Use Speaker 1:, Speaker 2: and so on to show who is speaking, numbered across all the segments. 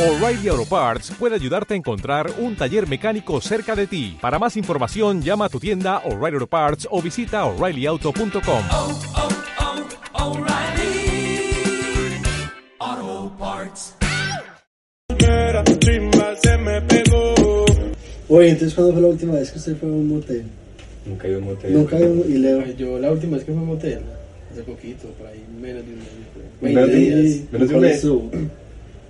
Speaker 1: O'Reilly Auto Parts puede ayudarte a encontrar un taller mecánico cerca de ti. Para más información, llama a tu tienda O'Reilly Auto Parts o visita oreillyauto.com.
Speaker 2: O'Reilly Auto Parts.
Speaker 3: Era tu chimba, se me pegó.
Speaker 4: Oye, entonces, ¿cuándo fue la última vez que usted fue a un motel?
Speaker 5: Nunca he ido a un motel.
Speaker 4: Nunca había un- y Leo.
Speaker 6: Pues yo la última vez que fui a un motel, hace poquito, por ahí menos de un mes, yo creo.
Speaker 5: Menos de
Speaker 6: 20
Speaker 5: un
Speaker 6: días.
Speaker 5: Menos de
Speaker 4: ¿Cuál
Speaker 5: un mes.
Speaker 4: estuvo?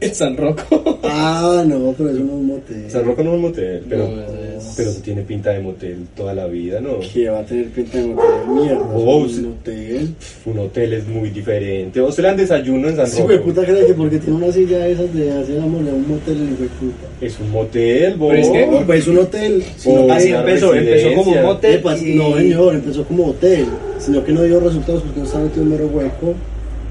Speaker 6: En San Rocco.
Speaker 4: Ah, no, pero eso no es un motel.
Speaker 5: San Roque no es un motel, pero,
Speaker 6: No, eso es-
Speaker 5: pero eso tiene pinta de motel toda la vida, ¿no?
Speaker 4: Que va a tener pinta de motel, mierda.
Speaker 5: Oh,
Speaker 4: es
Speaker 5: sí.
Speaker 4: un motel.
Speaker 5: Un hotel es muy diferente. O se le dan desayuno en San
Speaker 6: oh.
Speaker 4: Sí,
Speaker 5: Roque.
Speaker 4: güey, puta cree que porque tiene una silla de esas de hacer amor a un motel, el güey puta.
Speaker 5: Es un motel, bobo.
Speaker 6: Pero es que-
Speaker 4: No, pues es un hotel. sino
Speaker 5: Oh,
Speaker 4: que-
Speaker 5: Así empezó, empezó como un motel.
Speaker 4: Epa, eh, pues, No, señor, empezó como hotel, sino que no dio resultados porque no estaba metido en mero hueco.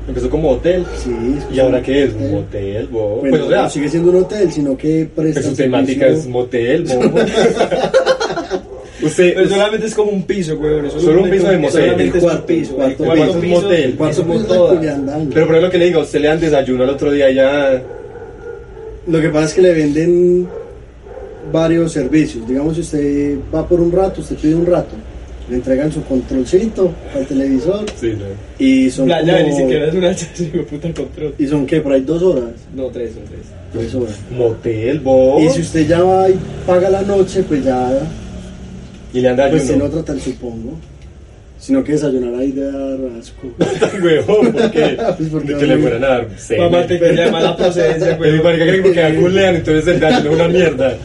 Speaker 5: Empezó como hotel.
Speaker 4: Sí, eh, es
Speaker 5: ¿Y ahora qué es? Un
Speaker 4: hotel.
Speaker 5: motel, bobo.
Speaker 4: Bueno,
Speaker 5: Pues, o sea,
Speaker 4: sigue siendo un hotel, sino que presta
Speaker 5: pues su
Speaker 4: servicio.
Speaker 5: temática es motel, bobo. Usted,
Speaker 7: Pero solamente es como un piso, güey. Eso es
Speaker 5: Solo un piso de motel.
Speaker 7: Solamente
Speaker 4: El
Speaker 7: es un
Speaker 4: cuarto,
Speaker 7: piso.
Speaker 4: el cuarto
Speaker 7: güey.
Speaker 4: piso.
Speaker 7: cuarto piso.
Speaker 5: Motel.
Speaker 4: Cuarto
Speaker 7: Eso
Speaker 4: piso
Speaker 7: por
Speaker 4: de
Speaker 7: todas.
Speaker 4: Curiandán.
Speaker 5: pero por ejemplo que le digo, se le dan desayuno al otro día ya.
Speaker 4: Lo que pasa es que le venden varios servicios. Digamos, si usted va por un rato, usted pide un rato, le entregan su controlcito al televisor
Speaker 5: Sí, no.
Speaker 4: y son.
Speaker 6: La llave ni
Speaker 4: como-
Speaker 6: siquiera es una llave, hijo de puta control.
Speaker 4: Y son que por ahí dos horas.
Speaker 6: No, tres, son tres.
Speaker 4: Tres horas.
Speaker 5: Motel, bobo.
Speaker 4: Y si usted ya va y paga la noche, pues ya
Speaker 5: Y le han dado
Speaker 4: pues en
Speaker 5: ayuno.
Speaker 4: otra tal supongo. Sino que desayunar ahí de rasco.
Speaker 5: Huevón, ¿por qué?
Speaker 4: Pues porque
Speaker 5: De que le
Speaker 4: no-
Speaker 5: fueran a dar semen.
Speaker 6: Mamá, te quería mala procedencia,
Speaker 5: Pero mi
Speaker 6: güey.
Speaker 5: marica cree que porque agulean, entonces el daño es una mierda.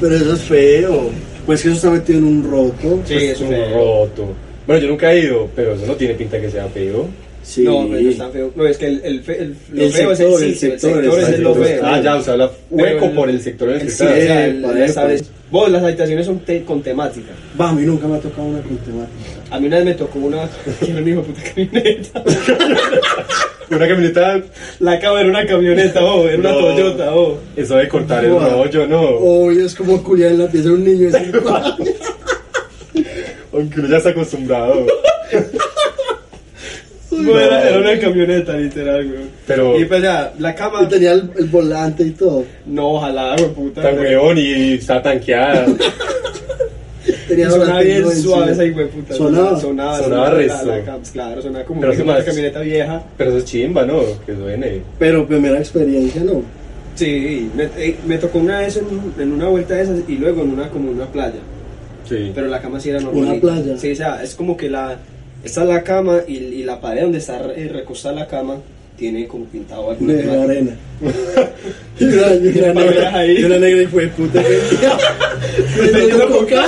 Speaker 4: Pero eso es feo. Pues que eso está metido en un roto.
Speaker 6: Sí, es
Speaker 5: Es un
Speaker 6: feo.
Speaker 5: Pues roto. Bueno, yo nunca he ido, pero eso no tiene pinta que sea feo.
Speaker 4: Sí.
Speaker 6: No, pero no es tan feo. No, es que el, el, fe- el, lo
Speaker 4: El
Speaker 6: feo
Speaker 4: sector,
Speaker 6: es el
Speaker 4: el
Speaker 6: sitio, el
Speaker 4: sector,
Speaker 6: sector es
Speaker 4: el
Speaker 6: el lo
Speaker 4: sector.
Speaker 6: feo.
Speaker 5: Ah, ya, o sea, la hueco
Speaker 6: Pero el-
Speaker 5: por el sector en el que
Speaker 6: El
Speaker 5: está.
Speaker 6: sitio, o sea, el-
Speaker 4: Epa,
Speaker 6: las
Speaker 4: epa.
Speaker 6: habitaciones- Vos, las habitaciones son te- con temática.
Speaker 4: Va, a mí nunca me ha tocado una con temática.
Speaker 6: A mí una vez me tocó una. que era un hijo de puta camioneta. eh.
Speaker 5: Una camioneta,
Speaker 6: La cama era una camioneta, oh, era una
Speaker 5: No.
Speaker 6: Toyota, oh.
Speaker 5: eso de cortar el
Speaker 4: Buah.
Speaker 5: rollo, no.
Speaker 4: Obvio, es como culiar en la pieza de un niño de cinco años.
Speaker 5: Aunque uno ya está acostumbrado.
Speaker 6: No, era, era una camioneta, literal, güey.
Speaker 5: Pero-
Speaker 6: Y pues ya, la
Speaker 4: Y
Speaker 6: cama.
Speaker 4: tenía el, el volante y todo.
Speaker 6: No, ojalá, güey, puta.
Speaker 5: Está huevón y está tanqueada.
Speaker 4: Tenía
Speaker 6: Y sonaba
Speaker 4: volante
Speaker 6: bien
Speaker 4: nuevo
Speaker 6: suave esa
Speaker 4: encima.
Speaker 6: hijo de puta.
Speaker 4: Sonaba.
Speaker 6: Sonaba,
Speaker 5: Sonaba resto.
Speaker 6: la- la cam- claro, sonaba como
Speaker 5: Pero
Speaker 6: una
Speaker 5: ¿qué más?
Speaker 6: camioneta vieja.
Speaker 5: Pero eso es chimba, ¿no? Que suene.
Speaker 4: Pero primera experiencia, no.
Speaker 6: Sí, me, eh, me tocó una vez en, un- en una vuelta de esas y luego en una como una playa.
Speaker 5: Sí.
Speaker 6: Pero la cama sí era normal.
Speaker 4: Una playa.
Speaker 6: Sí, o sea, es como que la. Esta es la cama y, y la pared donde está eh, recostada la cama tiene como pintado algo.
Speaker 4: De la arena. Y una, y una
Speaker 6: palmeras
Speaker 4: negra,
Speaker 6: ahí.
Speaker 4: y una negra hijo de puta. Vendiendo coca.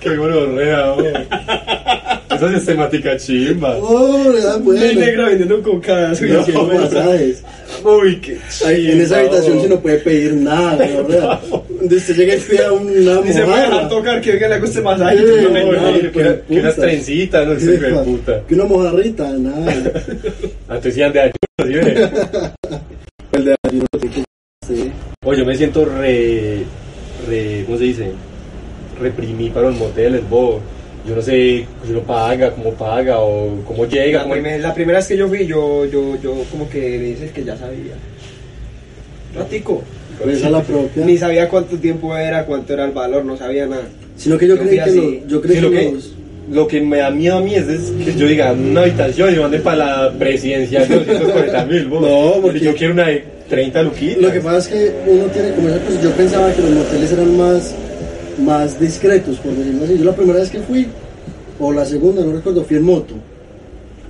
Speaker 5: Qué gonorrea, oh. Esa es temática chimba.
Speaker 4: Oh, le da
Speaker 6: Muy
Speaker 4: bueno.
Speaker 6: negra vendiendo cocadas. güey,
Speaker 4: No,
Speaker 6: haciendo esas.
Speaker 4: ¿sabes?
Speaker 5: Uy, qué
Speaker 4: Ahí,
Speaker 5: chimba,
Speaker 4: en esa habitación
Speaker 5: oh.
Speaker 4: se no puede pedir nada, güey, ¿verdad? Donde usted llega y pida una
Speaker 6: Ni se puede dejar
Speaker 4: mojarra.
Speaker 6: tocar que que le guste masaje.
Speaker 4: Sí,
Speaker 6: que no
Speaker 5: Ay,
Speaker 6: me- pues.
Speaker 4: no,
Speaker 5: marica, que era- que unas
Speaker 4: putas.
Speaker 5: trencitas, no sé, hijo de puta. Pues
Speaker 4: Que una mojarrita, nada.
Speaker 5: Antes iban de ayuno, ¿sí, ve?
Speaker 4: El de allí no te sí.
Speaker 5: Oye, yo me siento re, re, ¿cómo se dice? Reprimí para los moteles, bo. Yo no sé si uno paga, cómo paga o cómo llega.
Speaker 6: La,
Speaker 5: cómo-
Speaker 6: primer- la primera vez que yo fui, yo, yo, yo como que me dices que ya sabía. Ratico.
Speaker 4: Pero esa es la propia.
Speaker 6: Ni sabía cuánto tiempo era, cuánto era el valor, no sabía nada.
Speaker 4: Sino que yo
Speaker 6: Yo
Speaker 4: creí
Speaker 6: fui
Speaker 4: que
Speaker 6: así.
Speaker 4: los. Yo creí
Speaker 5: Sí, lo,
Speaker 4: que
Speaker 5: que,
Speaker 4: los.
Speaker 5: lo que me da miedo a mí es, es que yo diga, una habitación y mande para la presidencia de 240 mil, bo.
Speaker 4: No, porque-
Speaker 5: yo quiero una de 30 luquitas.
Speaker 4: Lo que pasa es que uno tiene como esa cosa, yo pensaba que los moteles eran más, más discretos, por decirlo así. Yo la primera vez que fui, o la segunda, no recuerdo, fui en moto.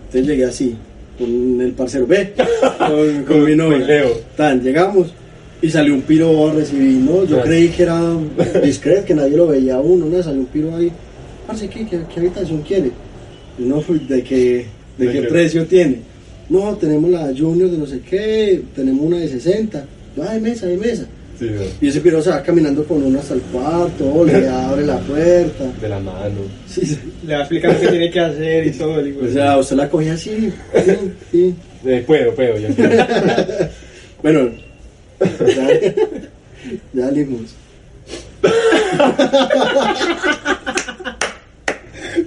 Speaker 4: Entonces llegué así, con el parcero, ve, con, con mi novio.
Speaker 5: Con Leo.
Speaker 4: Tan, llegamos y salió un piro a recibirnos. Yo
Speaker 5: Ah.
Speaker 4: creí que era discreto, que nadie lo veía a uno, ¿no? Salió un piro ahí. Parce, ¿qué, qué, qué habitación quiere? Y uno, "Uy, pues, ¿de qué, de
Speaker 5: ¿De
Speaker 4: qué
Speaker 5: qué?
Speaker 4: precio tiene? No, tenemos la Junior de no sé qué, tenemos una de 60. Yo, "Ah, hay mesa, hay mesa.
Speaker 5: Sí, no,
Speaker 4: Y ese piro se va caminando con uno hasta el cuarto, o le abre la puerta.
Speaker 5: de la mano.
Speaker 4: Sí, sí.
Speaker 6: Le va a explicar qué tiene que hacer y todo. digo, eh.
Speaker 4: O sea, usted la cogía así. sí, sí.
Speaker 5: Eh, puedo, puedo, yo quiero.
Speaker 4: Bueno, ya, ya salimos.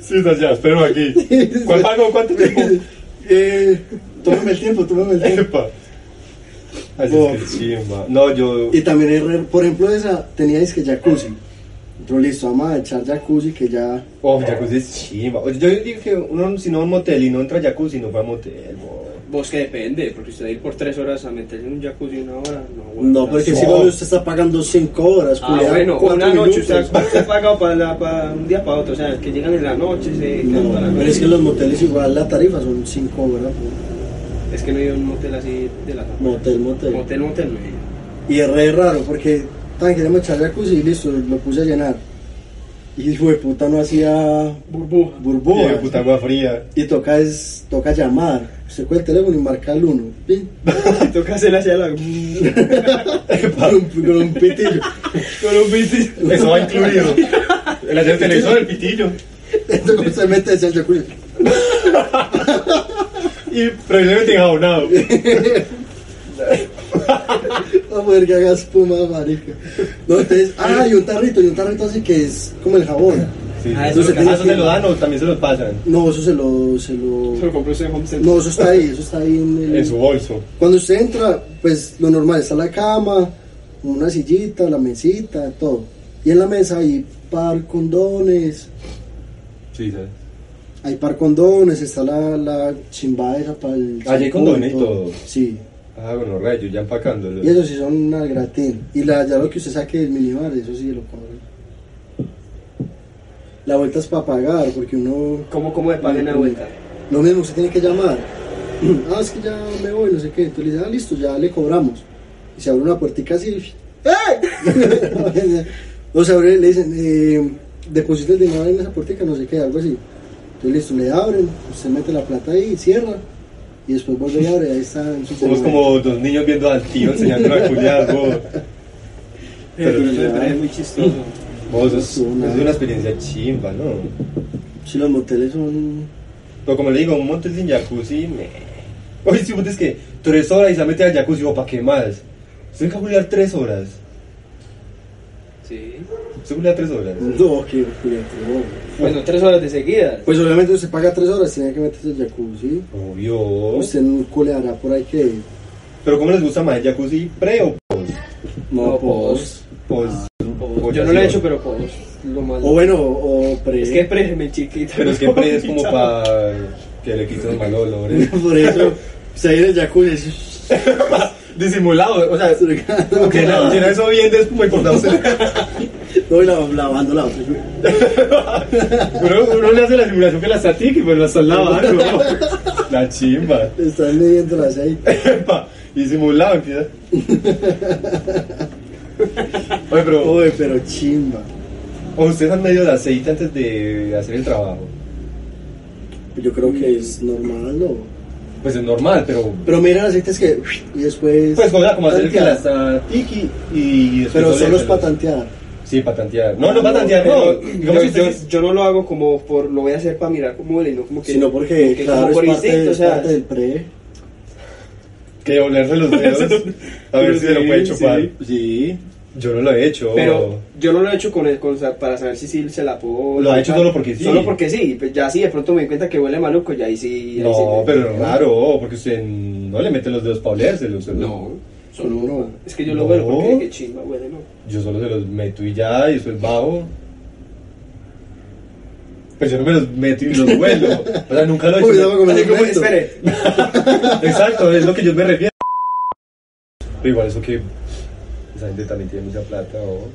Speaker 5: Sí, no, ya, espero aquí. ¿Cuál pago? ¿Cuánto tiempo?
Speaker 4: Eh, tómame el tiempo, tómame el tiempo.
Speaker 5: Epa. Así
Speaker 4: Oh.
Speaker 5: es que chimba. No, yo.
Speaker 4: Y también, hay re- por ejemplo, esa teníais que jacuzzi. Pero listo, vamos a echar jacuzzi que ya.
Speaker 5: Oh, jacuzzi es chimba. O- Yo digo que uno, si no va a un motel y no entra a jacuzzi, no va a motel, bo.
Speaker 6: Vos que depende, porque usted va a ir por tres horas a meterse en un jacuzzi una hora, no, bueno.
Speaker 4: No, porque si no, usted está pagando 5 horas.
Speaker 6: Ah,
Speaker 4: cuidado,
Speaker 6: bueno,
Speaker 4: cuatro
Speaker 6: una noche, o
Speaker 4: minutos.
Speaker 6: sea, ¿cuánto se paga para, la- para un día para otro? O sea, que llegan en la noche, se quedan
Speaker 4: No,
Speaker 6: toda la noche.
Speaker 4: pero es que los moteles igual la tarifa son 5 horas. por
Speaker 6: Es que no hay un motel así de la
Speaker 4: Motel, motel.
Speaker 6: Motel, motel, no hay.
Speaker 4: Y es re raro porque tan queremos echar jacuzzi y listo, lo puse a llenar. Y hijo de puta no hacía
Speaker 6: Burbuja.
Speaker 5: Y de
Speaker 4: burbujas.
Speaker 5: puta agua fría.
Speaker 4: Y toca, es, toca llamar. Se coge el teléfono y marca el 1.
Speaker 6: Toca hacerle hacia la...
Speaker 4: Con un, con un pitillo.
Speaker 6: Con un bici.
Speaker 5: Eso va incluido. El hacer televisor, el pitillo.
Speaker 4: Entonces se mete hacia el jacuzzi.
Speaker 5: Y probablemente enjabonado.
Speaker 4: Va a poder que haga espuma, marica. No, entonces, ah, y un tarrito, y un tarrito así que es como el jabón.
Speaker 5: Sí.
Speaker 6: Ah,
Speaker 5: Ah,
Speaker 6: eso
Speaker 5: eso,
Speaker 4: se tiene que-
Speaker 5: se lo dan o también se lo pasan.
Speaker 4: No, eso se lo, se lo.
Speaker 7: Se lo compré usted en Home Center.
Speaker 4: No, eso está ahí, eso está ahí en el.
Speaker 5: En su bolso.
Speaker 4: Cuando usted entra, pues lo normal, está la cama, una sillita, la mesita, todo. Y en la mesa hay par condones,
Speaker 5: Sí, ¿sabes?
Speaker 4: hay par condones, está la, la chimbada esa para el...
Speaker 5: Ah, ya hay condones y todo.
Speaker 4: Sí.
Speaker 5: Ah, bueno, rayos, ya empacándolo.
Speaker 4: Y eso sí son al gratín. Y la, ya lo que usted saque del minibar, eso sí lo cobra. La vuelta es para pagar, porque uno...
Speaker 6: ¿Cómo, cómo me pagan la vuelta?
Speaker 4: Lo mismo, usted tiene que llamar. Ah, es que ya me voy, no sé qué. Entonces le dicen, ah, listo, ya le cobramos. Y se abre una puertica así. ¡Eh! no se abre, le dicen, eh, deposita el dinero ahí en esa puertica, no sé qué, algo así. Entonces listo, le abren, usted mete la plata ahí, cierra. Y después vuelve y abre, ahí está. en su
Speaker 5: Somos como Eh, dos niños viendo al tío enseñando a culiar, bo.
Speaker 6: Pero eso me parece muy chistoso.
Speaker 5: Bo, eso es, eso es una experiencia chimba, ¿no?
Speaker 4: Si los moteles son...
Speaker 5: Pero como le digo, un motel sin jacuzzi, me... Oye, si vos es que tres horas y se mete al jacuzzi, ¿para qué más? ¿Se deja culiar tres horas?
Speaker 6: Sí.
Speaker 5: ¿Se culiar tres horas?
Speaker 4: No, qué culete, no.
Speaker 6: Bueno, tres horas de seguida.
Speaker 4: Pues obviamente usted paga tres horas, tiene que meterse el jacuzzi.
Speaker 5: Obvio.
Speaker 4: Usted no culeará por ahí que...
Speaker 5: Pero ¿cómo les gusta más el jacuzzi pre o
Speaker 6: No,
Speaker 4: pues.
Speaker 5: post?
Speaker 6: Yo no lo he hecho, pero pues, lo malo.
Speaker 4: O bueno, o pre...
Speaker 6: Es que préjeme, chiquita.
Speaker 5: Pero es que pre es como para que le quiten los malos olores.
Speaker 4: Por eso, se viene el jacuzzi.
Speaker 5: Disimulado, o sea,
Speaker 4: Cercano.
Speaker 5: que no, si no eso bien es como importante.
Speaker 4: No, y la, lavando la otra.
Speaker 5: Uno, uno le hace la simulación que la está tique, pero la está lavando. ¿no? La chimba.
Speaker 4: Le Están leyendo el aceite.
Speaker 5: Epa, y simulado empieza. Oye, pero
Speaker 4: Uy, pero chimba.
Speaker 5: ¿o ustedes han medido el aceite antes de hacer el trabajo.
Speaker 4: Yo creo que es normal, ¿no?
Speaker 5: Pues es normal, pero.
Speaker 4: Pero mira, el aceite es que. Y después.
Speaker 5: Pues, o sea, como hacer que la
Speaker 4: tantear.
Speaker 5: está tiki y después.
Speaker 4: Pero solo es
Speaker 5: olérselos.
Speaker 4: para tantear.
Speaker 5: Sí, para tantear. No, no para tantear, no.
Speaker 6: Pero
Speaker 5: Digamos
Speaker 6: yo,
Speaker 5: que
Speaker 6: yo,
Speaker 5: ustedes-
Speaker 6: yo no lo hago como por lo voy a hacer para mirar cómo huele, no como que
Speaker 4: Sino porque,
Speaker 6: que
Speaker 4: claro,
Speaker 6: como
Speaker 4: es
Speaker 6: por
Speaker 4: parte,
Speaker 6: instinto, o
Speaker 4: es
Speaker 6: sea,
Speaker 4: parte del pre.
Speaker 5: Que olerse los dedos. A ver
Speaker 6: Pero
Speaker 5: si se lo
Speaker 6: sí,
Speaker 5: puede chupar.
Speaker 6: sí.
Speaker 5: Sí. Yo no lo he hecho.
Speaker 6: pero yo no lo he hecho con, el- con sa- para saber si sí se la puedo
Speaker 5: Lo ha hecho
Speaker 6: sacar.
Speaker 5: solo porque sí.
Speaker 6: Solo porque sí, pues ya sí de pronto me di cuenta que huele maluco, ya ahí sí. ahí sí
Speaker 5: No,
Speaker 6: me-
Speaker 5: pero es raro, porque usted no le mete los dedos para olérselos. usted
Speaker 6: No, solo
Speaker 4: No.
Speaker 6: Es que yo lo
Speaker 5: No.
Speaker 6: huelo porque qué chimba huele, no.
Speaker 5: Yo solo se los meto y ya, y eso es bajo. Pero yo no me los meto y los vuelo. O sea, nunca lo he
Speaker 4: Uy, no me acuerdo.
Speaker 5: hecho.
Speaker 6: Así como,
Speaker 4: meto.
Speaker 6: espere,
Speaker 5: Exacto, es lo que yo me refiero. Pero igual eso que esa gente también tiene mucha plata, ¿o?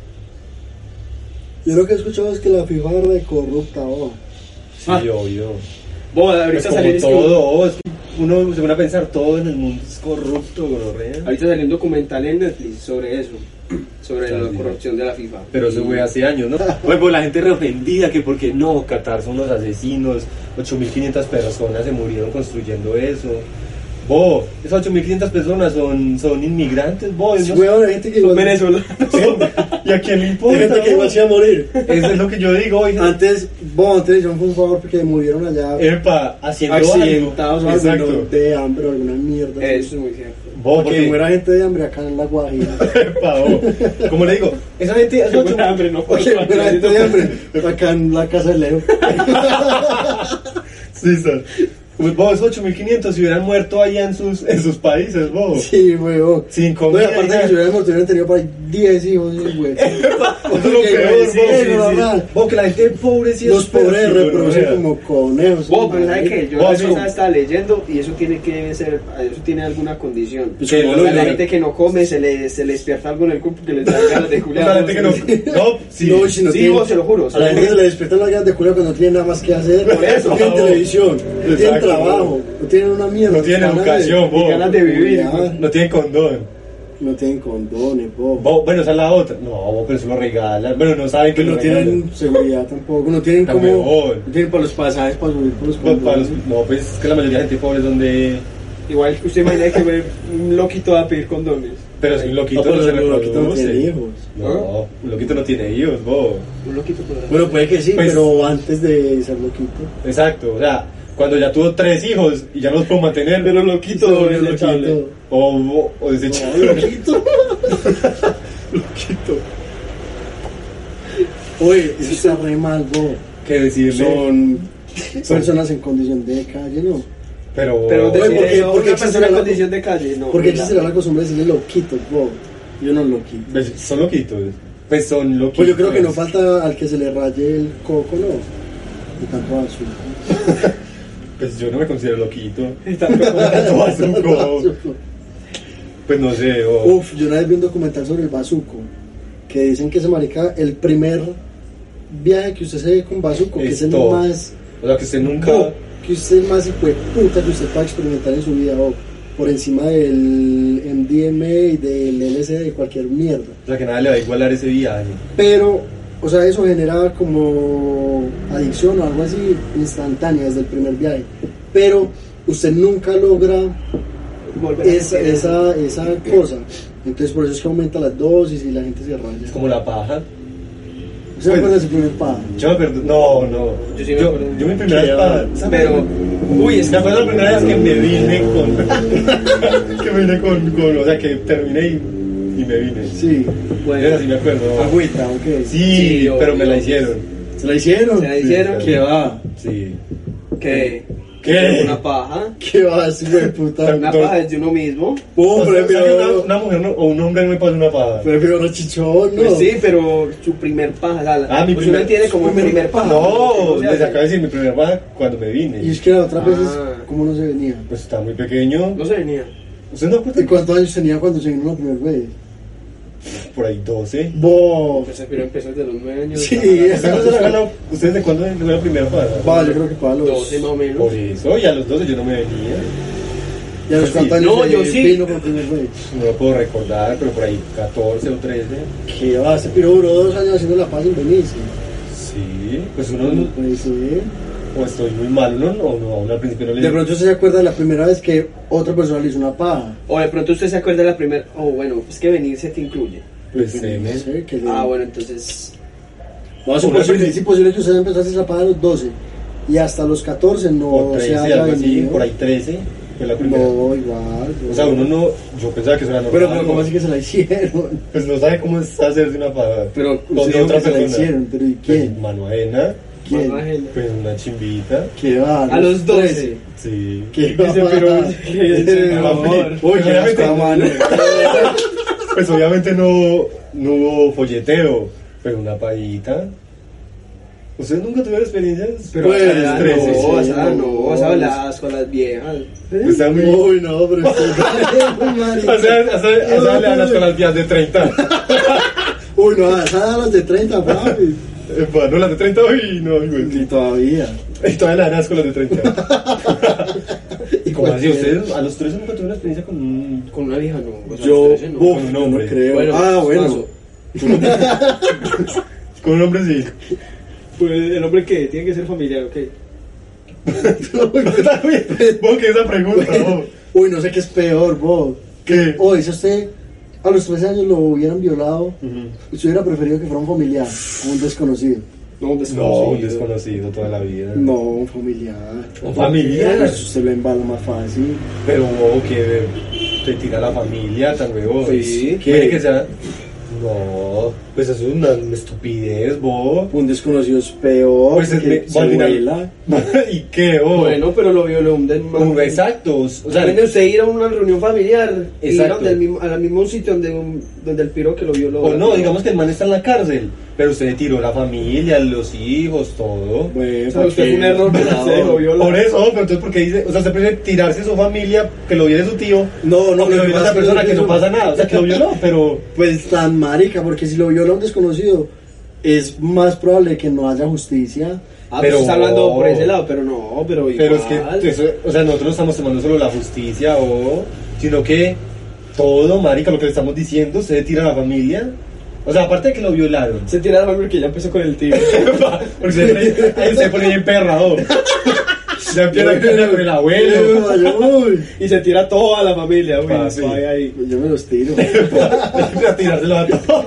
Speaker 4: Yo lo que he escuchado es que la FIFA es re corrupta, oh.
Speaker 5: Sí,
Speaker 6: Ah.
Speaker 5: obvio.
Speaker 6: vos
Speaker 5: Pues
Speaker 6: ahorita
Speaker 5: como
Speaker 6: salí
Speaker 5: todo, oh, es que uno se pone a pensar, todo en el mundo es corrupto, gonorrea.
Speaker 6: Ahorita salió un documental en Netflix sobre eso, sobre
Speaker 5: Ah,
Speaker 6: la
Speaker 5: sí.
Speaker 6: corrupción de la FIFA.
Speaker 5: Pero eso fue hace años, ¿no? Oye, pues la gente reofendida que porque no, Qatar son los asesinos, 8.500 personas se murieron construyendo eso. Bo, esas 8.500 personas son, son inmigrantes, bo, ellos-
Speaker 4: Weón, hay gente que igual. Hay
Speaker 6: Venezuela.
Speaker 5: ¿Y a quién le importa?
Speaker 4: gente que
Speaker 5: bo?
Speaker 4: igual se iba a morir.
Speaker 5: Eso es lo que yo digo hoy.
Speaker 4: Antes, bueno, antes hicieron un favor porque murieron allá.
Speaker 5: Epa, haciendo
Speaker 4: accidentados o
Speaker 5: algo.
Speaker 4: algo, ¿no?
Speaker 5: Eh, Exacto.
Speaker 4: de hambre o alguna mierda.
Speaker 6: Eso es muy cierto.
Speaker 5: Bo,
Speaker 4: Porque
Speaker 5: que-
Speaker 4: muera gente de hambre acá en la Guajira.
Speaker 5: Epa, bo. Como le digo, esa gente... esas ocho-
Speaker 7: hambre, no.
Speaker 4: Porque
Speaker 5: pues,
Speaker 4: muera gente de hambre acá en la casa de Leo.
Speaker 5: Sí, sir. Pues vos, 8500 si hubieran muerto allá en sus, en sus países, vos.
Speaker 4: Sí, weón.
Speaker 5: Sin
Speaker 4: No, y
Speaker 5: comida.
Speaker 4: aparte
Speaker 5: ni
Speaker 4: que
Speaker 5: nada.
Speaker 4: si hubiéramos tenido, tenido por ahí 10 hijos, sí, güey.
Speaker 5: Eso es lo
Speaker 4: Sí,
Speaker 5: peor,
Speaker 4: sí,
Speaker 5: vos.
Speaker 4: sí, sí.
Speaker 5: Vos, que la gente pobre sí es
Speaker 4: Los pobres
Speaker 5: pésima,
Speaker 4: reproducen
Speaker 5: weón.
Speaker 4: como conejos.
Speaker 6: Vos, pero
Speaker 4: madre.
Speaker 6: ¿sabe qué? Yo
Speaker 5: Vos,
Speaker 6: la vez
Speaker 5: sí.
Speaker 6: pasada estaba leyendo y eso tiene que ser, eso tiene alguna condición.
Speaker 4: Pues
Speaker 5: Que
Speaker 4: como
Speaker 5: los-
Speaker 6: O sea,
Speaker 4: los-
Speaker 6: la gente que no come se le, se le despierta algo en el cuerpo que les da ganas de
Speaker 5: O
Speaker 6: culiar.
Speaker 5: sea, la gente que no. No, sí.
Speaker 4: No, si no
Speaker 6: Sí,
Speaker 4: tiene-
Speaker 6: vos, se lo juro, se
Speaker 4: A
Speaker 6: lo
Speaker 4: la gente
Speaker 6: juro.
Speaker 4: se le despiertan las ganas de culo cuando no tienen nada más que hacer.
Speaker 6: Por eso,
Speaker 4: no tienen
Speaker 5: vos.
Speaker 4: televisión, no tienen
Speaker 5: Exacto,
Speaker 4: trabajo,
Speaker 5: vos.
Speaker 4: no tienen una mierda.
Speaker 5: No tienen
Speaker 4: ganas de-
Speaker 5: educación,
Speaker 6: y ganas de
Speaker 5: vos.
Speaker 6: vivir.
Speaker 4: Ya.
Speaker 6: güey.
Speaker 5: No tienen condón.
Speaker 4: No tienen condones, po.
Speaker 5: Vos, bueno, esa es la otra. No, vos, pero eso lo regalan. Bueno, no saben que
Speaker 4: no
Speaker 5: lo regalan.
Speaker 4: tienen seguridad tampoco, no tienen
Speaker 5: Está
Speaker 4: como.
Speaker 5: mejor.
Speaker 4: No tienen para los pasajes, para subir por los
Speaker 5: Pues, para los-
Speaker 4: condones.
Speaker 5: no, pues es que la mayoría de gente pobre son de.
Speaker 6: Igual que usted imagina que ve un loquito va a pedir condones.
Speaker 5: Pero si un
Speaker 4: No,
Speaker 5: loquito no,
Speaker 4: pero
Speaker 5: se
Speaker 4: un loquito no
Speaker 5: reproduce.
Speaker 4: tiene hijos.
Speaker 5: No, un loquito no tiene hijos, vos.
Speaker 6: Un loquito podrá.
Speaker 4: Bueno, puede que sí,
Speaker 5: Pues-
Speaker 4: pero antes de ser loquito.
Speaker 5: Exacto, o sea, cuando ya tuvo tres hijos y ya no los pudo mantener. Pero
Speaker 6: loquito,
Speaker 4: Se volvió
Speaker 6: desechable.
Speaker 4: loquito.
Speaker 5: O, o, o desechable.
Speaker 4: Oye, eso está re mal, bo.
Speaker 5: ¿Qué decirle?
Speaker 4: Son personas en condición de calle, ¿no?
Speaker 5: Pero,
Speaker 6: Pero
Speaker 4: Oye,
Speaker 6: decir
Speaker 4: ¿por qué-
Speaker 6: eso a
Speaker 4: por qué
Speaker 6: una persona en
Speaker 4: quisiera-
Speaker 6: condición de calle, no.
Speaker 4: Porque
Speaker 6: no,
Speaker 4: existe la costumbre de decirle loquitos, bo. Yo no loquito.
Speaker 5: pues, son loquitos. Pues son loquitos.
Speaker 4: Pues yo creo que no falta al que se le raye el coco, ¿no? De tanto azúcar.
Speaker 5: Pues yo no me considero loquito.
Speaker 6: Tampoco.
Speaker 5: Tanto bazuco.
Speaker 4: Bazuco.
Speaker 5: Pues no sé, o.
Speaker 4: Uf, yo una vez vi un documental sobre el bazuco, que dicen que ese marica, el primer viaje que usted se ve con bazuco, que es el
Speaker 5: Esto.
Speaker 4: más...
Speaker 5: o sea, que usted nunca.
Speaker 4: bo, que usted es el más hijo de puta que usted pueda experimentar en su vida, bo. Por encima del MDMA y del LSD, de cualquier mierda.
Speaker 5: O sea, que nada le va a igualar ese viaje.
Speaker 4: Pero, o sea, eso generaba como adicción o algo así instantánea desde el primer viaje. Pero usted nunca logra
Speaker 6: Volver a
Speaker 4: esa,
Speaker 6: sentir eso.
Speaker 4: esa, esa cosa. Entonces, por eso es que aumenta las dosis y la gente se
Speaker 5: Es
Speaker 4: raya.
Speaker 5: como la paja.
Speaker 4: ¿Usted recuerda de su primer pago?
Speaker 5: Yo me perdí. No, no.
Speaker 6: Yo sí me
Speaker 5: yo,
Speaker 6: acuerdo.
Speaker 5: yo mi primera vez para.
Speaker 6: Pero, uy, es
Speaker 5: Me acuerdo la primera vez que me vine con. que me vine con, con- O sea, que terminé y, y me vine.
Speaker 4: Sí.
Speaker 5: Bueno, sí me acuerdo.
Speaker 4: Agüita, aunque.
Speaker 5: Sí,
Speaker 6: Sí,
Speaker 5: pero
Speaker 6: obvio.
Speaker 5: me la hicieron.
Speaker 4: ¿Se la hicieron?
Speaker 6: Se la hicieron
Speaker 5: Sí,
Speaker 6: que va.
Speaker 5: Sí.
Speaker 6: Que.
Speaker 5: ¿Qué?
Speaker 6: Una paja.
Speaker 4: ¿Qué vas, güey, puta?
Speaker 6: Una
Speaker 5: Dos.
Speaker 6: paja es de uno mismo.
Speaker 5: O
Speaker 4: Oh,
Speaker 5: sea, o sea, que una,
Speaker 4: prefiero.
Speaker 5: una mujer no- o un hombre no me pasa una paja.
Speaker 4: Prefiero no chichón, ¿no?
Speaker 6: Pues sí, pero su primer paja. o sea, la-
Speaker 5: Ah, mi
Speaker 6: pues
Speaker 5: primer-
Speaker 6: uno tiene como
Speaker 4: su
Speaker 6: un
Speaker 4: primer
Speaker 6: primer paja.
Speaker 5: No,
Speaker 6: O sea,
Speaker 5: les acabo de decir mi primera paja cuando me
Speaker 4: Y es
Speaker 5: vine.
Speaker 4: que la otra vez, es
Speaker 6: Ah.
Speaker 4: como no se venía?
Speaker 5: Pues estaba muy pequeño.
Speaker 6: No se venía.
Speaker 5: ¿Usted no
Speaker 4: ¿Y
Speaker 5: acuerda?
Speaker 4: cuántos años tenía cuando se vino la primera vez?
Speaker 5: Por ahí 12.
Speaker 4: Mm. Bo.
Speaker 6: Pues pero empezó desde los 9 años.
Speaker 4: Sí,
Speaker 5: ¿Usted no se la ganó? ¿Usted desde cuándo fue la primera paja?
Speaker 4: Va, yo creo que para los.
Speaker 6: 12 más o menos.
Speaker 5: Por eso, y a los 12 yo no me venía.
Speaker 4: ¿Y a los
Speaker 5: Sí.
Speaker 4: cuántos años
Speaker 6: No,
Speaker 4: se
Speaker 6: yo sí.
Speaker 4: vino por primera vez?
Speaker 5: No lo puedo recordar, pero por ahí 14 o 13.
Speaker 4: ¿Qué va? Ese piro duró dos años haciendo la paz en Benicio.
Speaker 5: Sí, pues uno no-
Speaker 4: Pues sí.
Speaker 5: o estoy muy mal, uno no, no, uno al principio no le
Speaker 4: De pronto usted se acuerda de la primera vez que otra persona le hizo una paja.
Speaker 6: O de pronto usted se acuerda de la primera. Oh, bueno, es que venir se te incluye.
Speaker 5: Pues semen.
Speaker 4: No sé, que le-
Speaker 6: Ah, bueno, entonces.
Speaker 4: No, es
Speaker 5: Una
Speaker 4: imposible,
Speaker 5: vez-
Speaker 4: es imposible que usted empezó a hacer la paja a los 12 y hasta los 14 no
Speaker 5: o
Speaker 4: se
Speaker 5: 13,
Speaker 4: haya
Speaker 5: algo así,
Speaker 4: venido.
Speaker 5: por ahí 13 fue la primera.
Speaker 4: No, igual.
Speaker 5: O sea, uno no, yo pensaba que eso era normal.
Speaker 4: Pero, pero
Speaker 5: ¿no?
Speaker 4: ¿cómo así que se la hicieron?
Speaker 5: Pues no sabe cómo es hacerse una paja.
Speaker 4: Pero
Speaker 5: Con
Speaker 4: usted dijo
Speaker 5: otra
Speaker 4: que se la
Speaker 5: persona.
Speaker 4: hicieron, pero ¿y quién?
Speaker 5: Pues, mano ajena,
Speaker 4: ¿Quién?
Speaker 6: Más ágil.
Speaker 5: pues una chimbita.
Speaker 4: ¿Qué va?
Speaker 6: A los
Speaker 4: 13.
Speaker 6: 12.
Speaker 5: Sí. "Pues,
Speaker 4: ¿Qué va?
Speaker 6: Dice, pero- dice, por favor.
Speaker 4: Uy, qué
Speaker 5: Obviamente.
Speaker 4: asco, mano.
Speaker 5: Pues obviamente no, no hubo folleteo, pero una pajita. ¿Ustedes nunca tuvieron experiencias?
Speaker 6: Pero
Speaker 4: Pues,
Speaker 6: a esa edad
Speaker 5: trece,
Speaker 6: Ah, no, a esa edad
Speaker 4: no.
Speaker 6: no, a esa edad las- con las viejas.
Speaker 5: Está muy-
Speaker 4: Pues, eh. Uy, no, pero
Speaker 5: O sea,
Speaker 4: usted...
Speaker 5: o sea, o sea, le hablas con las tías de 30.
Speaker 4: Uy, no, a esas eran las de 30, papi.
Speaker 5: Eh, Bueno, las de 30 hoy no, güey.
Speaker 4: Y todavía.
Speaker 5: Y todavía le hablas con las de 30.
Speaker 4: ¿Y
Speaker 5: ¿Cómo así?
Speaker 4: cualquiera.
Speaker 5: ¿Ustedes a los 13 nunca tuvieron una experiencia con un...
Speaker 6: Con una vieja no. o sea,
Speaker 4: Yo,
Speaker 6: las trece no.
Speaker 4: uf,
Speaker 5: Con un
Speaker 4: yo no
Speaker 5: hombre.
Speaker 4: creo.
Speaker 6: Bueno,
Speaker 4: ah, bueno.
Speaker 6: paso.
Speaker 5: con un hombre sí?
Speaker 6: Pues el hombre que tiene que ser familiar, ok.
Speaker 5: Está bien. ¿Vos qué esa pregunta? vos?
Speaker 4: Uy, no sé qué es peor, vos.
Speaker 5: ¿Qué?
Speaker 4: O dice usted, a los 13 años lo hubieran violado,
Speaker 5: Ujú.
Speaker 4: usted hubiera preferido que fuera un familiar, o un desconocido.
Speaker 6: No, un
Speaker 5: No,
Speaker 6: desconocido.
Speaker 5: un desconocido toda la vida.
Speaker 4: No, un familiar.
Speaker 5: ¿Un familiar?
Speaker 4: Pues usted lo embala más fácil.
Speaker 5: Pero wow, que te tira la familia, tan huevón.
Speaker 6: Sí.
Speaker 5: ¿Quiere que sea? No, No, pues eso es una estupidez, vos.
Speaker 4: Un desconocido es peor.
Speaker 5: Pues es
Speaker 4: que
Speaker 5: me-
Speaker 4: se
Speaker 5: al final-
Speaker 4: vuela.
Speaker 5: ¿Y qué, vos?
Speaker 6: Bueno, pero lo violó un desmadre.
Speaker 5: Un- exacto. O sea,
Speaker 6: También de usted ir a una reunión familiar y ir a
Speaker 5: Exacto.
Speaker 6: donde el mismo- al mismo sitio donde, un- donde el piro que lo violó.
Speaker 5: o no, digamos que el man está en la cárcel, pero usted le tiró la familia, los hijos, todo.
Speaker 4: Bueno,
Speaker 6: O sea, usted
Speaker 4: porque-
Speaker 6: fue un error grave, lo violó.
Speaker 5: Por eso, pero entonces porque dice, o sea, usted prefiere tirarse a su familia, que lo viole su tío,
Speaker 4: No, no,
Speaker 5: o que
Speaker 4: lo
Speaker 5: lo
Speaker 4: que
Speaker 5: viole
Speaker 4: pasa
Speaker 5: esa
Speaker 4: es que
Speaker 5: persona
Speaker 4: no
Speaker 5: que no
Speaker 4: tiene-
Speaker 5: pasa nada, o sea, que lo violó, pero
Speaker 4: Pues tan marica, porque si lo viola un desconocido, es más probable que no haya justicia.
Speaker 6: Ah,
Speaker 5: Pero-
Speaker 6: pero está hablando por ese lado, pero no, pero igual.
Speaker 5: Pero es que, pues, eso- o sea, nosotros no estamos tomando solo la justicia o, sino que todo, marica, lo que le estamos diciendo, se tira a la familia. O sea, aparte de que lo violaron.
Speaker 6: Se tira la mano porque ya empezó con el tío.
Speaker 5: Porque se pone, ahí se pone bien perrador. Ya empieza a pelear con el abuelo.
Speaker 4: Yo, uy,
Speaker 6: y se tira toda la familia, güey.
Speaker 5: Ah, sí.
Speaker 6: suave ahí.
Speaker 4: pues, yo me los tiro.
Speaker 5: Empieza a tirárselo a todo.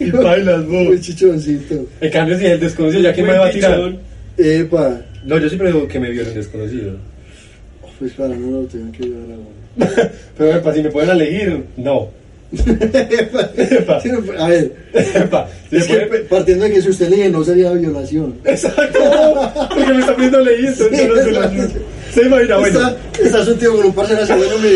Speaker 5: Y bailas,
Speaker 4: Uy,
Speaker 5: vos.
Speaker 4: Pues, chichoncito.
Speaker 5: En cambio, si es el desconocido, ¿ya que me va a tirar?
Speaker 4: Epa.
Speaker 5: No, yo siempre digo que me violen desconocido.
Speaker 4: Pues para, no lo tengo que violar ahora.
Speaker 5: Pero, epa, si me pueden elegir, no. Epa,
Speaker 4: Sí, no, pues, A ver,
Speaker 5: epa. Si
Speaker 4: es
Speaker 5: me
Speaker 4: que
Speaker 5: pueden-
Speaker 4: pe- partiendo de que si usted le dije no sería violación.
Speaker 5: Exacto, porque me está pidiendo leído, yo no se lo Se imagina, Ah, bueno,
Speaker 4: Está, está su tío con un parcero así, bueno, me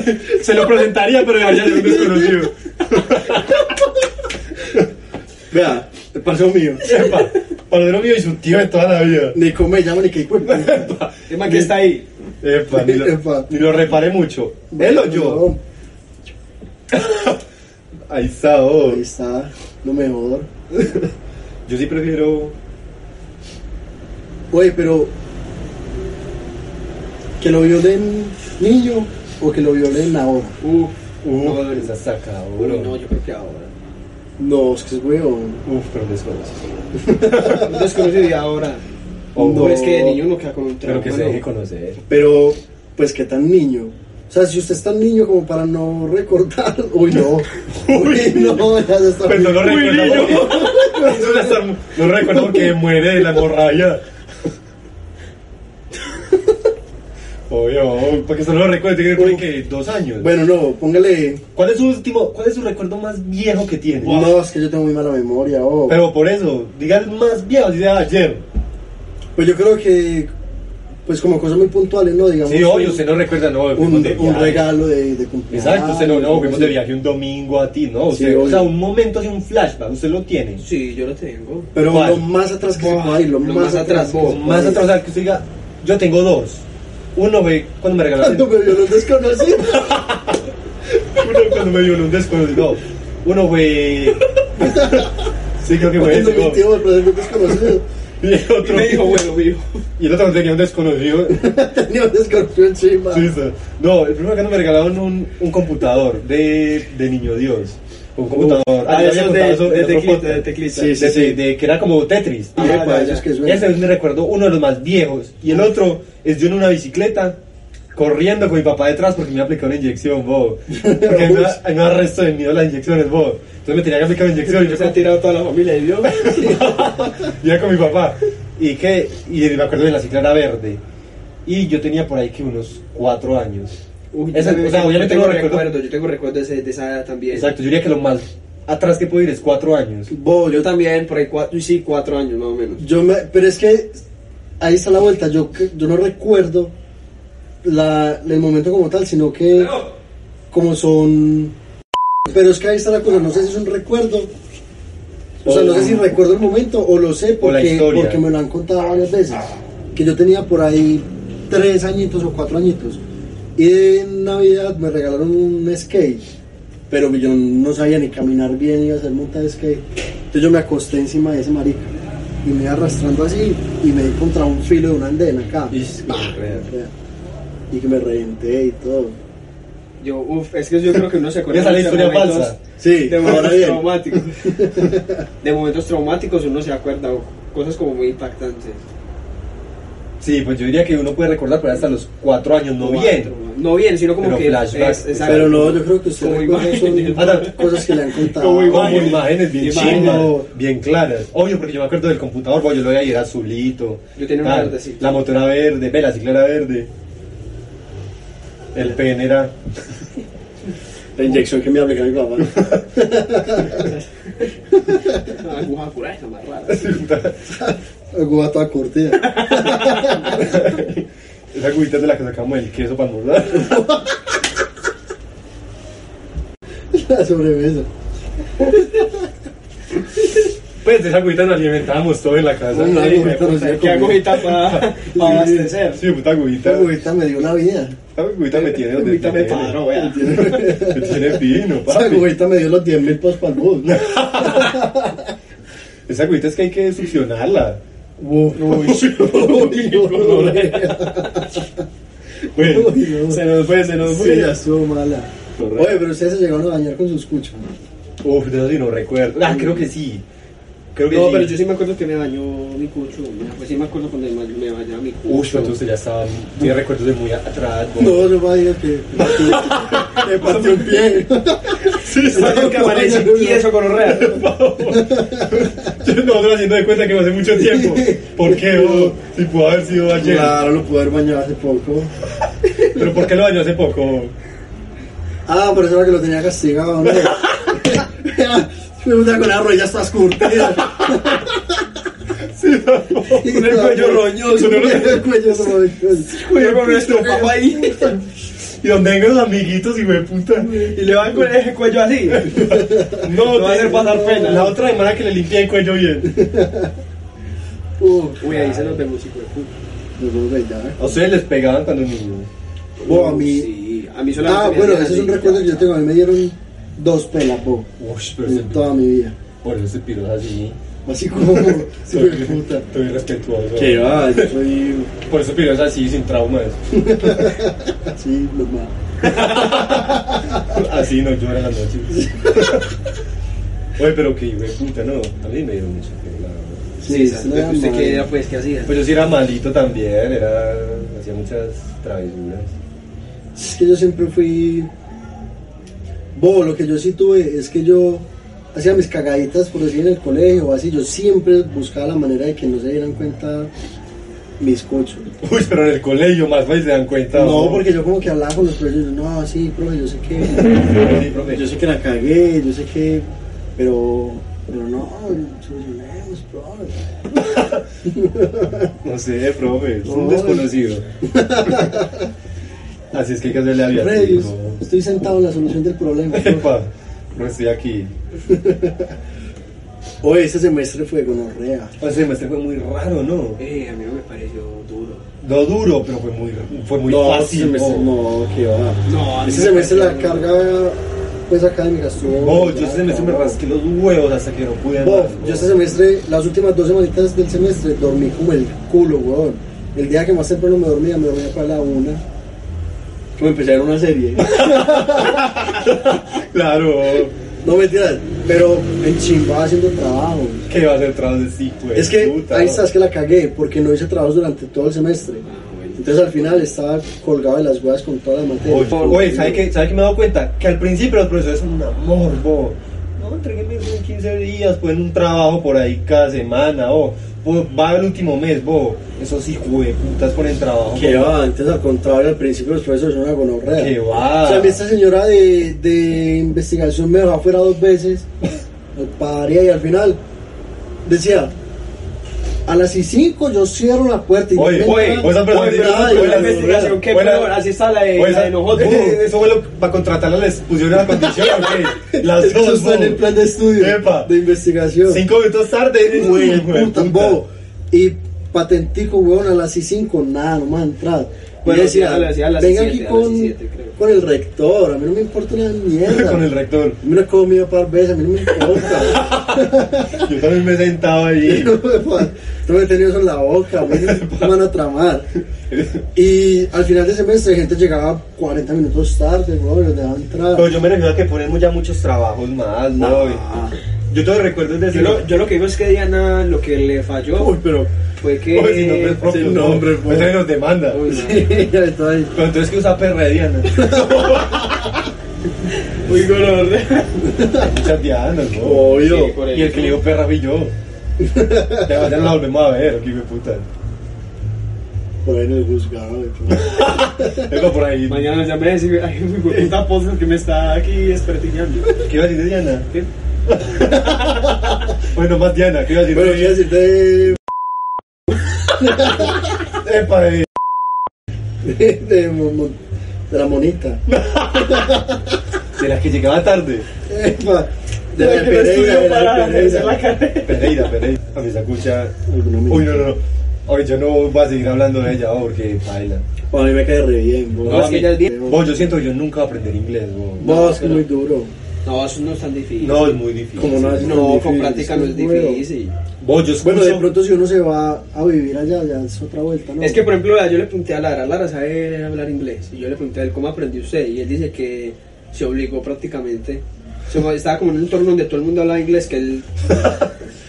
Speaker 4: dijo.
Speaker 5: se lo presentaría, pero ya es un desconocido.
Speaker 4: Vea, el parcero mío.
Speaker 5: Epa, panadero mío y su tío de toda la vida.
Speaker 4: Ni cómo me llaman ni qué cuerpo.
Speaker 5: Epa,
Speaker 6: El man que está ahí.
Speaker 5: epa, ni lo,
Speaker 4: Epa.
Speaker 5: ni lo reparé mucho. Él o yo. Ahí está, oh.
Speaker 4: Ahí está, lo mejor.
Speaker 5: Yo sí prefiero.
Speaker 4: Oye, pero. Que lo violen niño o que lo violen ahora.
Speaker 6: Uf,
Speaker 5: Uf, no, está sacado, bro.
Speaker 6: no, yo creo que ahora.
Speaker 4: No, es que es weón.
Speaker 5: Uf, pero un desconocido.
Speaker 6: Un desconocido y ahora.
Speaker 5: O-
Speaker 6: no, es que de niño uno queda con un trauma.
Speaker 5: Pero que se
Speaker 6: ¿no?
Speaker 5: deje conocer.
Speaker 4: Pero, pues, ¿qué tan niño? O sea, si usted es tan niño como para no recordar. Uy, no. Uy, no, ya se está.
Speaker 5: Pues no lo recuerda porque- Eso es estar- No lo recuerda porque muere de la hemorragia. Obvio, porque solo lo recuerda, tiene que poner que dos años.
Speaker 4: Bueno, no, póngale.
Speaker 5: ¿Cuál es su último, cuál es su recuerdo más viejo que tiene?
Speaker 4: No, es que yo tengo muy mala memoria. Oh.
Speaker 5: Pero por eso, diga el más viejo, si sea ayer.
Speaker 4: pues yo creo que. Pues como cosas muy puntuales, ¿no? Digamos.
Speaker 5: Sí, obvio,
Speaker 4: un-
Speaker 5: usted no recuerda, no,
Speaker 4: un,
Speaker 5: fuimos de
Speaker 4: un
Speaker 5: viaje.
Speaker 4: regalo de, de cumpleaños.
Speaker 5: Exacto, usted no, no, fuimos de viaje un domingo a ti, ¿no? Usted,
Speaker 4: Sí,
Speaker 5: o sea,
Speaker 4: obvio.
Speaker 5: un momento así, un flashback, usted lo tiene.
Speaker 6: Sí, yo lo tengo.
Speaker 4: Pero
Speaker 5: ¿Cuál?
Speaker 4: lo más atrás que se pueda ir, lo, más
Speaker 6: lo más
Speaker 4: atrás.
Speaker 6: atrás,
Speaker 4: que
Speaker 6: vos,
Speaker 4: se
Speaker 5: Más
Speaker 4: pueda ir.
Speaker 5: atrás, o sea, que usted diga, yo tengo dos. Uno me, cuando me regalaron.
Speaker 4: Cuando me vio los desconocidos.
Speaker 5: Uno cuando me violó un desconocido. No, uno fue. Sí, creo que fue
Speaker 4: Cuando
Speaker 5: ese.
Speaker 4: mi
Speaker 5: ¿no?
Speaker 4: tío me presentó un desconocido.
Speaker 5: Y el
Speaker 6: Y
Speaker 5: otro.
Speaker 6: me dijo, bueno, mijo.
Speaker 5: Y el otro tenía un desconocido.
Speaker 4: Tenía un desconocido encima.
Speaker 5: Sí, sí. No, el primero que no me regalaron un, un computador de, de Niño Dios. Un computador.
Speaker 6: Ah,
Speaker 5: ya había
Speaker 6: eso de-
Speaker 5: contado eso
Speaker 6: de
Speaker 5: en otro
Speaker 6: teclita,
Speaker 5: podcast.
Speaker 6: de teclita.
Speaker 5: Sí, sí,
Speaker 4: De-
Speaker 5: sí. de- que era como Tetris.
Speaker 4: Ah,
Speaker 5: Epa,
Speaker 4: ya,
Speaker 5: eso
Speaker 4: ya.
Speaker 5: es que suena. Ese es mi recuerdo, uno de los más viejos. Y el otro es yo en una bicicleta. Corriendo con mi papá detrás porque me aplicó una inyección, bobo. Porque a mí me da- a mí me da resto de miedo las inyecciones, bobo. Entonces me tenía que aplicar una inyección. Y yo
Speaker 6: Se
Speaker 5: como,
Speaker 6: ha tirado toda la familia y vio.
Speaker 5: yo era con mi papá. Y que, y me acuerdo de la ciclera verde. Y yo tenía por ahí que unos cuatro años.
Speaker 6: Uy,
Speaker 5: Esa-
Speaker 6: yo
Speaker 5: o sea, obviamente
Speaker 6: tengo
Speaker 5: no recuerdo.
Speaker 6: recuerdo, yo tengo recuerdo de, ese- de esa edad también.
Speaker 5: Exacto, yo diría que lo más atrás que puedo ir es cuatro años.
Speaker 6: Bo, yo también, por ahí cuatro, sí, cuatro años más o menos.
Speaker 4: Yo me, pero es que ahí está la vuelta. Yo, que- yo no recuerdo la, el momento como tal, sino que como son. Pero es que ahí está la cosa. No sé si es un recuerdo. O sea, no sé si recuerdo el momento o lo sé
Speaker 5: Oh. O la
Speaker 4: porque,
Speaker 5: historia.
Speaker 4: porque me lo han contado varias veces. Que yo tenía por ahí tres añitos o cuatro añitos. Y en Navidad me regalaron un skate. Pero yo no sabía ni caminar bien ni hacer monta de skate. Entonces yo me acosté encima de ese marica. Y me iba arrastrando así y me di contra un filo de una andena acá.
Speaker 5: Y es que no creo.
Speaker 4: Vea. Y que me reventé y todo.
Speaker 6: Yo, uff, es que yo creo que uno se acuerda
Speaker 5: Esa es la
Speaker 6: de
Speaker 5: historia
Speaker 6: momentos-
Speaker 5: falsa.
Speaker 4: Sí,
Speaker 6: De
Speaker 4: ahora
Speaker 6: momentos
Speaker 4: bien.
Speaker 6: traumáticos. De momentos traumáticos uno se acuerda, o cosas como muy impactantes.
Speaker 5: Sí, pues yo diría que uno puede recordar, pero hasta los cuatro años no bien.
Speaker 6: No bien, sino como
Speaker 5: Pero
Speaker 6: que.
Speaker 5: flashback.
Speaker 6: exacto.
Speaker 4: Pero no, yo creo que usted
Speaker 6: Como
Speaker 4: recuerda
Speaker 6: imagen.
Speaker 4: son cosas que le han contado.
Speaker 5: Como imágenes, bien
Speaker 6: Imágenes.
Speaker 5: chimbas, bien claras. Obvio, porque yo me acuerdo del computador, bueno, yo lo veía y era azulito.
Speaker 6: Yo tenía una
Speaker 5: tal.
Speaker 6: verdecita.
Speaker 5: La motora verde, ve, la ciclera verde. El pen era.
Speaker 4: La inyección que me aplicó mi papá.
Speaker 6: Aguja por ahí, más rara.
Speaker 4: Aguja toda curtida.
Speaker 5: Esa agüita es de la que sacamos el queso para almorzar.
Speaker 4: La sobremesa.
Speaker 5: Pues de esa agüita nos alimentábamos todo en la casa.
Speaker 4: Una
Speaker 5: Sí,
Speaker 4: agüita
Speaker 5: puta,
Speaker 4: nos dio
Speaker 5: ¿qué
Speaker 4: comida.
Speaker 5: agüita?
Speaker 6: para abastecer.
Speaker 5: Sí, puta agüita.
Speaker 4: La agujita me dio la vida.
Speaker 5: Esa agüita me tiene donde
Speaker 6: Ahorita me
Speaker 5: tiene.
Speaker 6: paro, vea.
Speaker 5: Me tiene fino,
Speaker 4: Esa
Speaker 5: papi.
Speaker 4: agujita me dio los 10 mil pesos para el bus.
Speaker 5: Esa agüita es que hay que succionarla.
Speaker 4: Uy, no, no,
Speaker 5: Bueno,
Speaker 4: Uy, no.
Speaker 5: se nos fue, se nos
Speaker 4: Sí,
Speaker 5: fue.
Speaker 4: ya estuvo mala.
Speaker 5: Correcto.
Speaker 4: Oye, pero ustedes se llegaron a bañar con sus cuchos.
Speaker 5: Uf, de eso sí no recuerdo. Ah, creo que sí. Creo que
Speaker 6: No,
Speaker 5: sí.
Speaker 6: pero yo sí me acuerdo que me dañó mi cucho. mira, Pues sí me acuerdo cuando me me bañaba mi cucho.
Speaker 5: Uy, pero usted ya estaba. Tiene recuerdos de muy atrás. vos.
Speaker 4: No, yo me digo que me partí- me partí un pie.
Speaker 6: Yo que amanecí tieso con orrea.
Speaker 5: Nosotros haciendo de cuenta que hace mucho tiempo. ¿Por qué? vos? si pudo haber sido ayer.
Speaker 4: Claro, lo pude haber bañado hace poco.
Speaker 5: ¿Pero por qué lo dañó hace poco?
Speaker 4: Ah, por eso era que lo tenía castigado, ¿no? Me gusta con las rodillas todas curtidas.
Speaker 5: Con el cuello roñoso. ¿no?
Speaker 4: El cuello roñoso.
Speaker 5: Cuello con nuestro papá ahí. Y donde vengan los amiguitos y me puta.
Speaker 6: Y le van con ese cuello así.
Speaker 5: No,
Speaker 6: va a hacer pasar pena.
Speaker 5: La otra semana que le limpié el cuello bien.
Speaker 4: Uf,
Speaker 6: Uy, ahí se los vemos, hijo de puta.
Speaker 4: nos vamos a bailar.
Speaker 5: ¿A ustedes les pegaban cuando niños?
Speaker 4: Bo, a mí.
Speaker 6: Oh, Sí, a mí solamente
Speaker 4: Ah,
Speaker 6: me
Speaker 4: bueno,
Speaker 6: hacían
Speaker 4: ese es un
Speaker 6: así,
Speaker 4: recuerdo
Speaker 6: ya.
Speaker 4: que yo tengo. A mí me dieron dos pelas, bo,
Speaker 5: Uy, pero ese
Speaker 4: en toda mi vida.
Speaker 5: Por eso se piró así.
Speaker 4: Así como. Sí,
Speaker 5: Soy
Speaker 4: de puta.
Speaker 5: Estoy respetuoso.
Speaker 4: Que va, yo soy.
Speaker 5: Por eso piró así, sin traumas.
Speaker 4: Sí, lo más.
Speaker 5: Así no llora en la noche. Oye, pero que hijo de puta, no. A mí me dieron mucho pena.
Speaker 6: Sí,
Speaker 4: sí, nada
Speaker 6: ¿sabes? ¿Usted
Speaker 4: mal.
Speaker 6: qué era, pues, qué hacía?
Speaker 5: Pues yo sí era malito también, era. hacía muchas travesuras.
Speaker 4: Es que yo siempre fui. Bo, lo que yo sí tuve es que yo hacía mis cagaditas, por decir, en el colegio o así. Yo siempre buscaba la manera de que no se dieran cuenta mis cochos.
Speaker 5: Uy, pero en el colegio más fácil se dan cuenta.
Speaker 4: No, porque yo como que hablaba con los profesores, yo, no, sí, profe, yo sé
Speaker 5: Sí,
Speaker 4: que.
Speaker 5: profe.
Speaker 4: Yo sé que la cagué, yo sé que. Pero. Pero no, solucionemos, profe.
Speaker 5: No sé, profe, es un
Speaker 4: No,
Speaker 5: desconocido. Así es que hay que hacerle a
Speaker 4: Profe,
Speaker 5: Beatriz.
Speaker 4: yo estoy sentado en la solución del problema. profe.
Speaker 5: Epa, no estoy aquí.
Speaker 4: Oye, ese este semestre fue gonorrea.
Speaker 5: Ese semestre fue muy raro, ¿no?
Speaker 6: Eh, a mí no me pareció duro.
Speaker 5: No duro, pero fue muy, fue muy
Speaker 4: no,
Speaker 5: fácil.
Speaker 4: ese semestre,
Speaker 5: no.
Speaker 4: no, que va.
Speaker 6: No, a mí
Speaker 4: ese
Speaker 6: me
Speaker 4: semestre la
Speaker 6: pareció-
Speaker 4: carga pues académica estuvo.
Speaker 5: No,
Speaker 4: ya,
Speaker 5: yo ese semestre me
Speaker 4: cabrón.
Speaker 5: rasqué los huevos hasta que no pude
Speaker 4: Bo,
Speaker 5: más,
Speaker 4: yo
Speaker 5: bo.
Speaker 4: este semestre, las últimas dos semanitas del semestre, dormí como el culo, weón. El día que más temprano me dormía, me dormía para la una. Como empecé a ver una serie.
Speaker 5: Claro,
Speaker 4: no mentiras, pero en chimba haciendo trabajo.
Speaker 5: que iba a ser travesito.
Speaker 4: Es que ahí estás que la cagué, porque no hice trabajos durante todo el semestre.
Speaker 5: Ah,
Speaker 4: Entonces al final estaba colgado de las weas con todas las materias.
Speaker 5: Oye, ¿sabes qué, ¿sabe qué me he dado cuenta? Que al principio los profesores son un amor, bo. No, entreguenme eso en 15 días, pues en un trabajo por ahí cada semana, o va el último mes, bo. Esos hijos de putas ponen trabajo.
Speaker 4: Que
Speaker 5: bo.
Speaker 4: va, antes al contrario, al principio los profesores son una gonorrea.
Speaker 5: Que va.
Speaker 4: O sea, a mí esta señora de, de investigación me dejó afuera dos veces, al paría y al final decía, a las y cinco yo cierro la puerta y
Speaker 5: Oye,
Speaker 4: no me
Speaker 5: oye,
Speaker 4: entra
Speaker 5: o esa persona-
Speaker 4: nadie,
Speaker 5: oye,
Speaker 4: nadie,
Speaker 5: oye, la
Speaker 4: nadie.
Speaker 5: investigación.
Speaker 6: ¿Qué
Speaker 5: Buena-
Speaker 6: peor? Así está la de,
Speaker 5: Oye,
Speaker 6: la de nosotros.
Speaker 5: eh, Eso fue lo para contratarla, les pusieron la condición, ok. Las
Speaker 4: Es que eso
Speaker 5: dos,
Speaker 4: está en el
Speaker 5: bo.
Speaker 4: plan de estudio,
Speaker 5: Epa.
Speaker 4: de investigación.
Speaker 5: Cinco minutos tarde.
Speaker 4: Güey,
Speaker 5: hijo de
Speaker 4: puta, bobo. Y patentico, weón, a las y cinco, nada, no me ha entrado.
Speaker 6: Bueno,
Speaker 4: Y
Speaker 6: sí, a las- a las
Speaker 4: venga
Speaker 6: siete,
Speaker 4: aquí
Speaker 6: a las
Speaker 4: con,
Speaker 6: siete, creo.
Speaker 4: con el rector, a mí no me importa una mierda.
Speaker 5: Con el rector.
Speaker 4: A mí no he comido par veces, a mí no me importa.
Speaker 5: Yo también me he sentado ahí.
Speaker 4: no me he tenido eso en la boca, güey, me van a tramar. Y al final de semestre, gente llegaba 40 minutos tarde, güey, los dejaban entrar.
Speaker 5: Pero yo me refiero a que ponen ya muchos trabajos más, ¿no?
Speaker 6: Ah.
Speaker 5: Yo todo recuerdo desde
Speaker 6: Yo lo, yo lo que digo es que Diana lo que le falló
Speaker 4: Uy, pero.
Speaker 6: fue que.
Speaker 5: Oye, sin nombre propio,
Speaker 4: sin
Speaker 5: no.
Speaker 4: nombre propio.
Speaker 5: Pues ahí nos demanda.
Speaker 6: Uy, no.
Speaker 4: Sí, ya está ahí.
Speaker 5: Pero entonces que usa perra de Diana.
Speaker 6: Uy, color.
Speaker 5: Muchas Dianas, ¿no?
Speaker 4: Obvio.
Speaker 6: Sí, por
Speaker 5: Y el que le dijo perra fui yo. Ya ya no la volvemos a ver, aquí me puta.
Speaker 4: por ahí en el juzgado. de pronto.
Speaker 5: Vengo por ahí.
Speaker 7: Mañana nos llamé y decir, ay, mi puta podcast que me está aquí espertiñando.
Speaker 5: ¿Qué iba a decir de Diana?
Speaker 7: ¿Qué?
Speaker 5: bueno, más Diana, ¿qué iba a decir
Speaker 4: Bueno,
Speaker 5: de
Speaker 4: ya de,
Speaker 5: Epa, eh. de-
Speaker 4: de, de mo- mo- de la monita.
Speaker 5: de las que llegaba tarde.
Speaker 4: Epa, De
Speaker 7: De
Speaker 4: la
Speaker 7: que no
Speaker 4: Pereira, de
Speaker 7: estudió
Speaker 4: la
Speaker 7: para
Speaker 4: Pereira.
Speaker 7: hacer la carrera.
Speaker 5: Pereira, Pereira. A mi sacucha.
Speaker 4: Alguna
Speaker 5: Uy,
Speaker 4: amiga.
Speaker 5: no, no, no. Oye, yo no voy a seguir hablando de ella, bo, porque baila.
Speaker 4: Bueno, a mí me cae re bien, vos.
Speaker 6: No, es que ella es bien.
Speaker 5: Vos, yo siento que yo nunca voy a aprender inglés, bo.
Speaker 4: Vos, que muy duro.
Speaker 6: No, eso no es tan difícil.
Speaker 5: No, es muy difícil.
Speaker 4: Como no, es tan
Speaker 6: No, con
Speaker 4: difícil,
Speaker 6: práctica no es
Speaker 4: muy bueno.
Speaker 6: difícil.
Speaker 5: Vos, yo escucho...
Speaker 4: Bueno, de pronto si uno se va a vivir allá, ya es otra vuelta, ¿no?
Speaker 6: Es que, por ejemplo, vea, yo le pregunté a Lara, Lara sabe hablar inglés. Y yo le pregunté a él cómo aprendió usted. Y él dice que se obligó prácticamente. Se mo- estaba como en un entorno donde todo el mundo hablaba inglés, que él.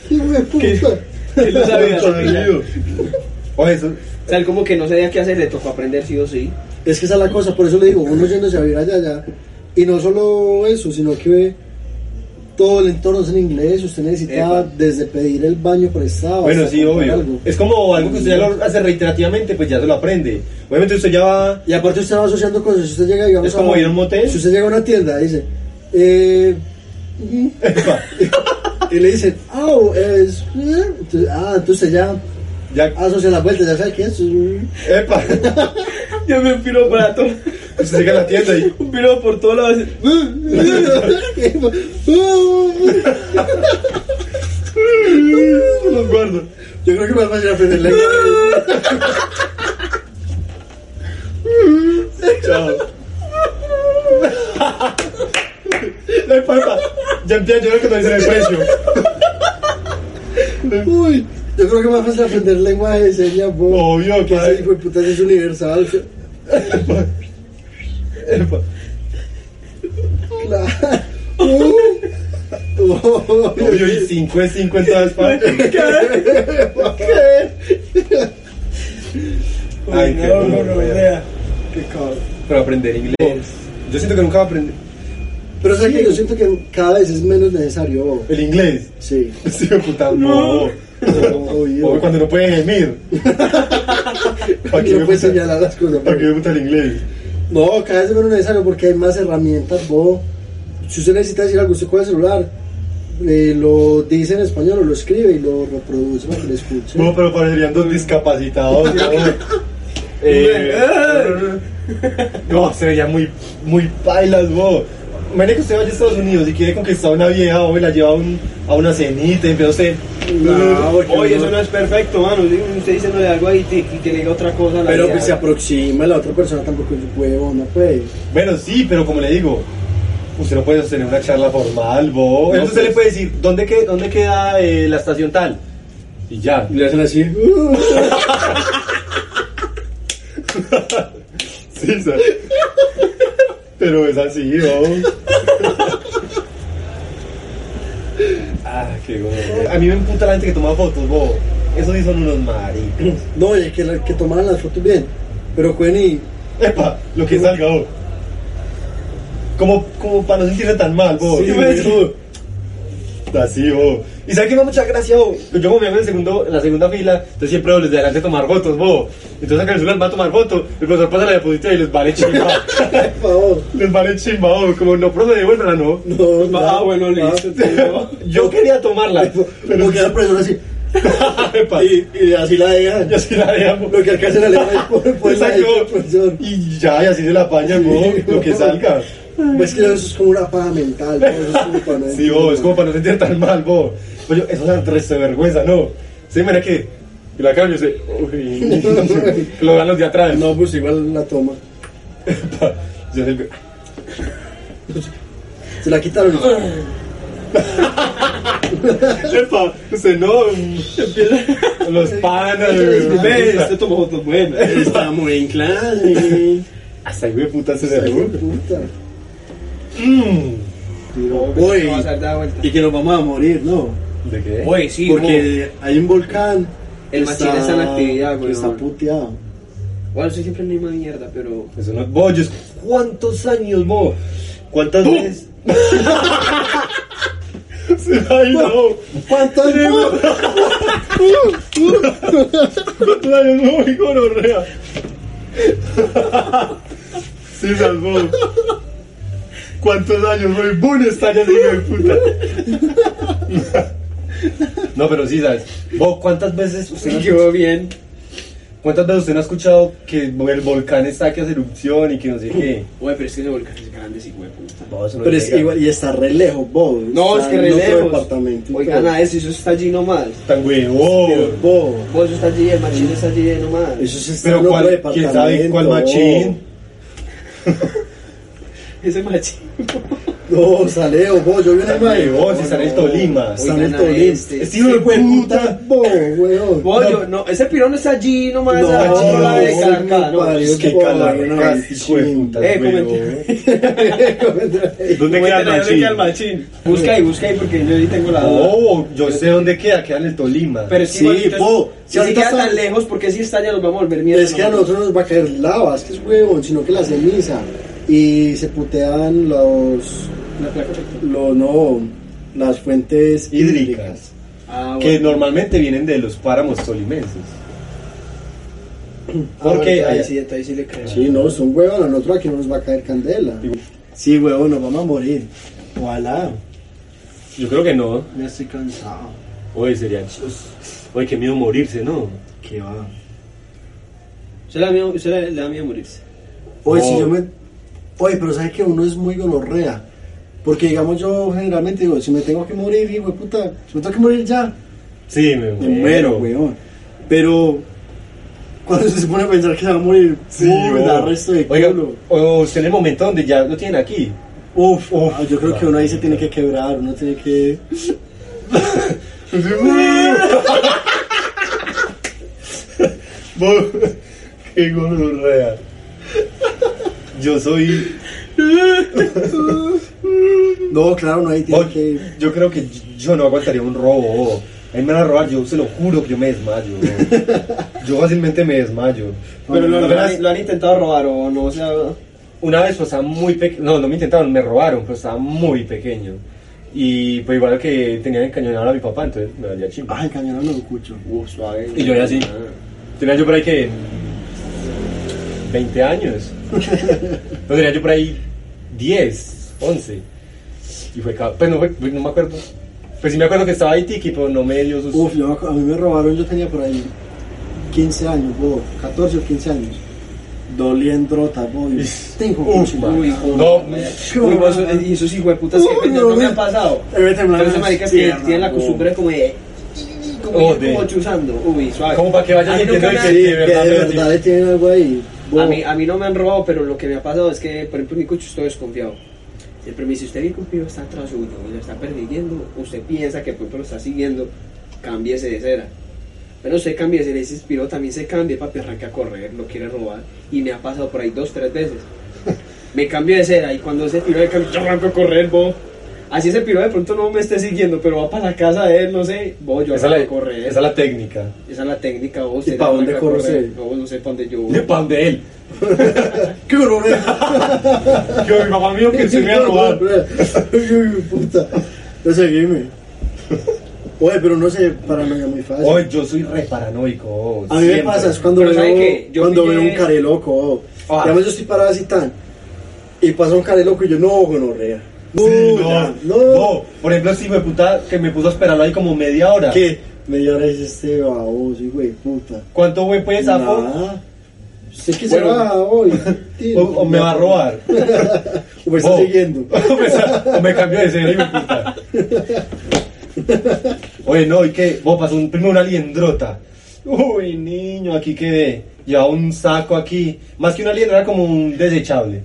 Speaker 4: Hijo de puta.
Speaker 6: él no sabía.
Speaker 5: Dios. Oye, eso...
Speaker 6: o sea, él como que no sabía qué hacer, le tocó aprender sí o sí.
Speaker 4: Es que esa es la cosa, por eso le digo, uno yéndose a vivir allá, ya. Y no solo eso, sino que ve todo el entorno es en inglés, usted necesita
Speaker 6: Epa.
Speaker 4: desde pedir el baño prestado.
Speaker 5: Bueno,
Speaker 4: hasta
Speaker 5: sí,
Speaker 4: comprar
Speaker 5: obvio.
Speaker 4: algo.
Speaker 5: Es como algo que usted ya lo hace reiterativamente, pues ya se lo aprende. Obviamente usted ya va...
Speaker 4: Y aparte usted va asociando cosas, si usted llega, digamos,
Speaker 5: Es como ir a un motel.
Speaker 4: Si usted llega a una tienda, dice, eh, mm, y le dicen, ah, oh, es, eh", entonces, ah, entonces ya
Speaker 5: Ya...
Speaker 4: asocia la vuelta, ya sabe qué es. mm.
Speaker 5: ¡Epa!
Speaker 7: Yo me empiro para todo.
Speaker 5: usted llega a la tienda y...
Speaker 7: Un piro por todos lados.
Speaker 5: Los guardo.
Speaker 4: Yo creo que más fácil aprender la
Speaker 5: Chao. Epa, epa. Ya empieza a llorar cuando dice el precio.
Speaker 4: Uy, yo creo que más fácil aprender lenguaje de señas, bo,
Speaker 5: Obvio,
Speaker 4: que
Speaker 5: padre.
Speaker 4: ese hijo de puta es universal.
Speaker 5: Epa.
Speaker 4: Claro. Uy.
Speaker 5: Obvio, y 5 es 5 en todas partes. Ay, qué
Speaker 7: No, no, no,
Speaker 5: dolor,
Speaker 7: vea.
Speaker 4: Qué cabrón.
Speaker 5: Pero aprender inglés. Yo siento que nunca aprendí
Speaker 4: Pero sabes que yo siento que cada vez es menos necesario. bo.
Speaker 5: el inglés.
Speaker 4: Sí.
Speaker 5: Sí, puta, no.
Speaker 4: Obvio.
Speaker 5: O cuando no puedes gemir. ¿Para qué
Speaker 4: no puedes
Speaker 5: me gusta-
Speaker 4: señalar las cosas.
Speaker 5: ¿Para qué me
Speaker 4: bo.
Speaker 5: gusta el inglés?
Speaker 4: No, cada vez es menos necesario porque hay más herramientas. bo. Si usted necesita decir algo, usted coge el celular, eh, lo dice en español o lo escribe y lo reproduce para que lo escuche.
Speaker 5: No, pero parecerían dos discapacitados. ¿no? Eh, no, se veía muy, muy pailas, vos. Imagina que usted vaya a Estados Unidos y quiere conquistar a una vieja, o la lleva a, un- a una cenita y empieza usted.
Speaker 6: Ah,
Speaker 5: Mm,
Speaker 4: No, porque
Speaker 7: Oye,
Speaker 4: no.
Speaker 7: eso no es perfecto, mano. Usted diciéndole algo ahí te- y que le diga otra cosa. a la
Speaker 4: Pero
Speaker 7: vida.
Speaker 4: pues se aproxima la otra persona tampoco es un huevón, no puede.
Speaker 5: Bueno, sí, pero como le digo, usted no puede sostener una charla formal, vos. Entonces
Speaker 4: pues.
Speaker 5: usted le puede decir, ¿dónde, que- dónde queda eh, la estación tal? Y ya.
Speaker 4: Y le hacen así.
Speaker 5: Sí, ¿sabes? Pero es así, ¿no? ah, qué bueno. A mí me emputa la gente que toma fotos, bo. Esos sí son unos maricos.
Speaker 4: No, oye, que, la- que tomaran las fotos bien. Pero Cueni,
Speaker 5: Epa, lo que salga, bo. Como, como para no sentirse tan mal, bo.
Speaker 4: Sí,
Speaker 5: Yo me
Speaker 4: güey.
Speaker 5: siento- Así, bo. Y sabes que me da mucha gracia, bo. Yo como me llamo en, el segundo, en la segunda fila, entonces siempre veo los de adelante tomar fotos, bo. Entonces acá el celular va a tomar fotos, el profesor pasa la diapositiva y les vale chimba.
Speaker 4: por favor.
Speaker 5: Les vale chimba, bo. Como no, profe, devuélvela, no.
Speaker 4: No,
Speaker 7: Ah, bueno, listo. tío.
Speaker 5: Yo quería tomarla.
Speaker 4: Como queda el profesor así.
Speaker 5: Epa, y
Speaker 4: Y, y así la dejan.
Speaker 5: así la dejamos.
Speaker 4: Lo que alcancen a leer es por, por la
Speaker 5: Exacto.
Speaker 4: del profesor.
Speaker 5: Y ya, y así se la apaña, bo, lo que salga.
Speaker 4: Pues que eso es como una paja mental. ¿no? Eso es como para no
Speaker 5: Sí, bo, es como para no sentir tan mal, bo. Oye, eso es un resto de vergüenza, ¿no? Sí, mira que. Y la cambio, se. Uy, lo dan los de atrás.
Speaker 4: No, pues igual la toma.
Speaker 5: Epa, yo soy-
Speaker 4: Se la quitaron.
Speaker 5: Epa, se no. Empieza. Los panas,
Speaker 7: Ve,
Speaker 5: bebés.
Speaker 7: este tomó fotos buenas.
Speaker 4: Está muy en clase.
Speaker 5: Hasta ahí, güey, puta, se derrubó.
Speaker 4: Puta.
Speaker 6: No
Speaker 4: Uy,
Speaker 6: vas pues, a dar vuelta.
Speaker 4: y que nos vamos a morir, ¿no.
Speaker 5: ¿De qué?
Speaker 6: Oye, sí,
Speaker 4: Porque hay un volcán.
Speaker 6: El
Speaker 4: que
Speaker 6: machín está en actividad,
Speaker 4: que
Speaker 6: weón.
Speaker 4: Está puteado.
Speaker 6: bo. Bueno, soy siempre la misma mierda, pero.
Speaker 5: Eso no es bollos. ¿Cuántos años, bo? ¿Cuántas veces? Ay, no.
Speaker 4: ¿Cuántos?
Speaker 5: Claro, no, mi gonorrea. Se salvó. ¿Cuántos años, güey? ¡Bum! Estalla así, hijo de puta. No, pero sí, ¿sabes? Vos, ¿cuántas veces usted no ha
Speaker 6: Yo bien.
Speaker 5: ¿Cuántas veces usted no ha escuchado que el volcán está que hace erupción y que no sé qué?
Speaker 6: Güey, pero es que ese volcán es grande, sí, güey, puta.
Speaker 5: Vos, eso no
Speaker 4: Pero es
Speaker 5: llega.
Speaker 4: que igual, y está re lejos, Bob.
Speaker 6: No, es
Speaker 4: Está
Speaker 6: que
Speaker 4: en
Speaker 6: re
Speaker 4: otro
Speaker 6: lejos.
Speaker 4: departamento.
Speaker 6: Oigan, a eso, eso está allí nomás.
Speaker 5: Tan huevón.
Speaker 4: Bob.
Speaker 6: Vos eso está allí, el machín está allí nomás.
Speaker 4: Eso sí está en
Speaker 5: Pero
Speaker 4: otro
Speaker 5: cuál, quién sabe
Speaker 4: departamento,
Speaker 5: cuál machín.
Speaker 6: Ese machín.
Speaker 4: Bob. No, saleo, Bob. Yo vi una
Speaker 5: Tan
Speaker 4: imagen.
Speaker 5: huevón, si está en el Tolima.
Speaker 4: Está en
Speaker 6: Oigan,
Speaker 4: el
Speaker 6: a
Speaker 4: Tolima.
Speaker 6: este.
Speaker 5: Este hijo de puta.
Speaker 4: Bob, weón.
Speaker 6: Vos, yo, no, ese pirón está allí nomás.
Speaker 4: No,
Speaker 6: a otro
Speaker 5: allí,
Speaker 6: lado de
Speaker 5: no,
Speaker 6: Caracas, no.
Speaker 4: compadre.
Speaker 5: Es que
Speaker 4: Bob,
Speaker 5: calarga,
Speaker 4: no,
Speaker 5: hijo de puta.
Speaker 6: Eh,
Speaker 5: huevón. ¿Dónde queda el
Speaker 7: ¿Dónde
Speaker 5: machín?
Speaker 7: queda el machín?
Speaker 6: Busca ahí, busca ahí, porque yo ahí tengo la duda.
Speaker 5: Oh, yo sé dónde queda, queda en el Tolima.
Speaker 6: Pero es que igual,
Speaker 4: Sí,
Speaker 6: entonces,
Speaker 4: po, si
Speaker 6: Si se
Speaker 4: ahorita
Speaker 6: queda
Speaker 4: está-
Speaker 6: tan lejos, porque si está ya nos vamos a volver mierda.
Speaker 4: Es que a
Speaker 6: nosotros
Speaker 4: nosotros nos va a caer lava, es que es huevón, sino que la ceniza. Y se putean los.
Speaker 6: La placa
Speaker 4: los no. Las fuentes
Speaker 5: hídricas,
Speaker 6: Ah,
Speaker 5: que normalmente vienen de los páramos tolimenses. Porque
Speaker 4: Porque
Speaker 5: allá-
Speaker 6: Ah, ahí sí, ahí sí le creo.
Speaker 4: Sí, no, son huevos, a nosotros aquí no nos va a caer candela. Sí, huevón, nos vamos a morir. Ojalá.
Speaker 5: yo creo que no.
Speaker 6: Ya estoy cansado.
Speaker 5: Oye, sería Oye, qué miedo morirse, ¿no?
Speaker 4: Que va.
Speaker 6: Usted le da miedo- usted le- le da miedo morirse.
Speaker 4: Oye,
Speaker 5: No.
Speaker 4: si yo me. Oye, pero sabes que uno es muy gonorrea. Porque digamos yo generalmente digo, si me tengo que morir, hijo de puta, si me tengo que morir ya,
Speaker 5: Sí, me
Speaker 4: me muero, weón. Pero cuando se pone a pensar que se va a morir, sí,
Speaker 5: weón.
Speaker 4: da resto de
Speaker 5: Oiga,
Speaker 4: culo.
Speaker 5: o usted en el momento donde ya lo tienen aquí.
Speaker 4: Uf,
Speaker 5: uf.
Speaker 4: ah, yo creo que uno ahí se tiene que quebrar, uno tiene que.
Speaker 5: qué gonorrea. Yo soy
Speaker 4: No, claro, uno ahí tiene
Speaker 5: Oye,
Speaker 4: que.
Speaker 5: yo creo que yo no aguantaría un robo. A mí me van a robar, yo se lo juro que yo me desmayo. Yo fácilmente me desmayo.
Speaker 6: Pero lo, lo
Speaker 5: Apenas-
Speaker 6: han, lo han intentado robar o no, o sea.
Speaker 5: una vez pues estaba muy pequeño, no, no me intentaron, me robaron, pero estaba muy pequeño. Y pues igual que tenían encañonado a mi papá, entonces me valía chimba.
Speaker 4: Ay, cañón, no lo escucho.
Speaker 6: Uh, suave.
Speaker 5: Y yo era así. Tenía yo por ahí que 20 años. No tenía yo por ahí 10, 11. Y fue, ca- pues no, fue- no me acuerdo. Pues sí me acuerdo que estaba ahí Tiki, pero no me dio sus...
Speaker 4: Uf, yo me acu- a mí me robaron, yo tenía por ahí 15 años, bo, 14 o 15 años. Doliendo tapón. Tengo
Speaker 5: Uf, man.
Speaker 6: Uy,
Speaker 5: No,
Speaker 6: Uy, vos, y esos hijueputas que
Speaker 4: Uy,
Speaker 6: pendejo,
Speaker 4: no,
Speaker 6: no me
Speaker 4: no.
Speaker 6: han pasado.
Speaker 4: Debe temblar
Speaker 6: Pero
Speaker 4: las
Speaker 6: esos maricas que
Speaker 4: piernas,
Speaker 6: tienen la
Speaker 4: no.
Speaker 6: costumbre como de. Como,
Speaker 5: Oh,
Speaker 6: de, como
Speaker 5: de-
Speaker 6: chuzando. Uy, suave.
Speaker 5: Como para que vayan
Speaker 6: A mí
Speaker 5: sintiendo
Speaker 6: nunca
Speaker 5: que-
Speaker 6: me
Speaker 4: Sí,
Speaker 5: de
Speaker 4: que de
Speaker 5: verdad, pero
Speaker 4: verdad,
Speaker 5: sí.
Speaker 4: le tienen algo ahí. bo.
Speaker 6: han- A mí, a mí no me han robado, pero lo que me ha pasado es que, por ejemplo, mi cucho estoy desconfiado. Siempre me dice, usted bien confiado está atrás suyo, lo está persiguiendo, usted piensa que el pueblo lo está siguiendo, cámbiese de cera. Bueno, usted cambia, se le dice Spiro, también se cambia, papi, arranca a correr, lo quiere robar. Y me ha pasado por ahí dos, tres veces. Me cambio de cera y cuando ese piro de cambio, yo arranco a correr, bo. Así ese piro de pronto no me esté siguiendo, pero va para la casa de él, no eh. sé, bo, yo
Speaker 5: Esa es la,
Speaker 6: arranco a correr.
Speaker 5: esa es la técnica.
Speaker 6: Esa es la técnica, vos.
Speaker 4: ¿Y
Speaker 6: se
Speaker 4: pa' dónde
Speaker 6: arranca a
Speaker 4: corre
Speaker 6: correr.
Speaker 4: usted?
Speaker 6: No, vos no sé para dónde yo voy.
Speaker 5: De pan de él.
Speaker 4: ¡Qué horror!
Speaker 5: Yo, mi papá mío que se me ha robado.
Speaker 4: ¡Qué puta! No sé, dime. Oye, pero no sé, paranoia muy fácil.
Speaker 5: Hoy yo soy re paranoico. oh,
Speaker 4: A mí me
Speaker 5: siempre.
Speaker 4: pasa, es cuando
Speaker 6: Pero ¿sabe
Speaker 4: veo,
Speaker 6: qué? Yo
Speaker 4: cuando
Speaker 6: pillé-
Speaker 4: veo un care loco. oh.
Speaker 5: Ah.
Speaker 4: Digamos, yo estoy parado así tan. Y pasa un care loco y yo, no, gonorrea. No,
Speaker 5: Sí,
Speaker 4: ya,
Speaker 5: no, no. Por ejemplo, si me puta que me puso a esperarlo ahí como media hora.
Speaker 4: ¿Qué? Media hora es este baboso, hijo de puta.
Speaker 5: ¿Cuánto pues, güey puede sapo?
Speaker 4: Nada. Sé que se
Speaker 5: Bueno.
Speaker 4: va hoy.
Speaker 5: O, o me va a robar.
Speaker 4: O me Pues está
Speaker 5: Oh.
Speaker 4: siguiendo.
Speaker 5: o, me, sa- o me cambio de serie, hijo de puta. Oye, no, ¿y qué? Vos pasó un, primero una liendrota. Uy, niño, aquí quedé. Llevaba un saco aquí. Más que una liendra, era como un desechable.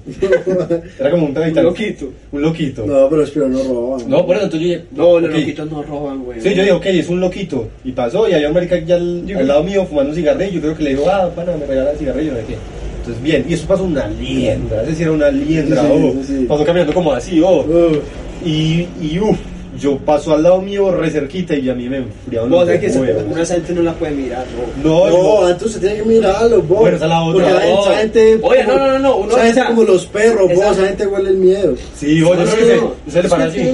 Speaker 5: Era como un,
Speaker 6: Un loquito.
Speaker 5: Un loquito.
Speaker 4: No, pero espero no robaban.
Speaker 5: No, por eso entonces yo dije,
Speaker 6: No, los
Speaker 5: ok.
Speaker 6: loquitos no roban, güey.
Speaker 5: Sí, yo dije, ok, es un loquito. Y pasó, y había un marica ya al, al lado mío fumando un cigarrillo. Yo creo que le dijo, ah, pana, me regalan cigarrillo, no sé qué. Entonces, bien, y eso pasó una liendra. Es decir, era una liendra,
Speaker 4: Sí, sí,
Speaker 5: oh.
Speaker 4: sí, sí.
Speaker 5: Pasó caminando como así, oh.
Speaker 4: Uh,
Speaker 5: Y, y uff, yo paso al lado mío re cerquita y a mí me enfriaba
Speaker 6: Vos sabés que esa-
Speaker 5: huevos.
Speaker 6: una gente no la puede mirar, no.
Speaker 5: No,
Speaker 4: No,
Speaker 5: no,
Speaker 4: antes se tiene que mirarlo, vos.
Speaker 5: Bueno, esa es la otra.
Speaker 4: Porque
Speaker 6: No.
Speaker 4: esa gente.
Speaker 6: Oye, no, no, no, no, uno
Speaker 4: esa gente
Speaker 6: esa-
Speaker 4: como los perros, vos.
Speaker 6: esa-
Speaker 4: Esa gente huele el miedo.
Speaker 5: Sí, oye,
Speaker 6: No,
Speaker 5: no,
Speaker 6: no,
Speaker 5: usted,
Speaker 6: no.
Speaker 5: usted le para así.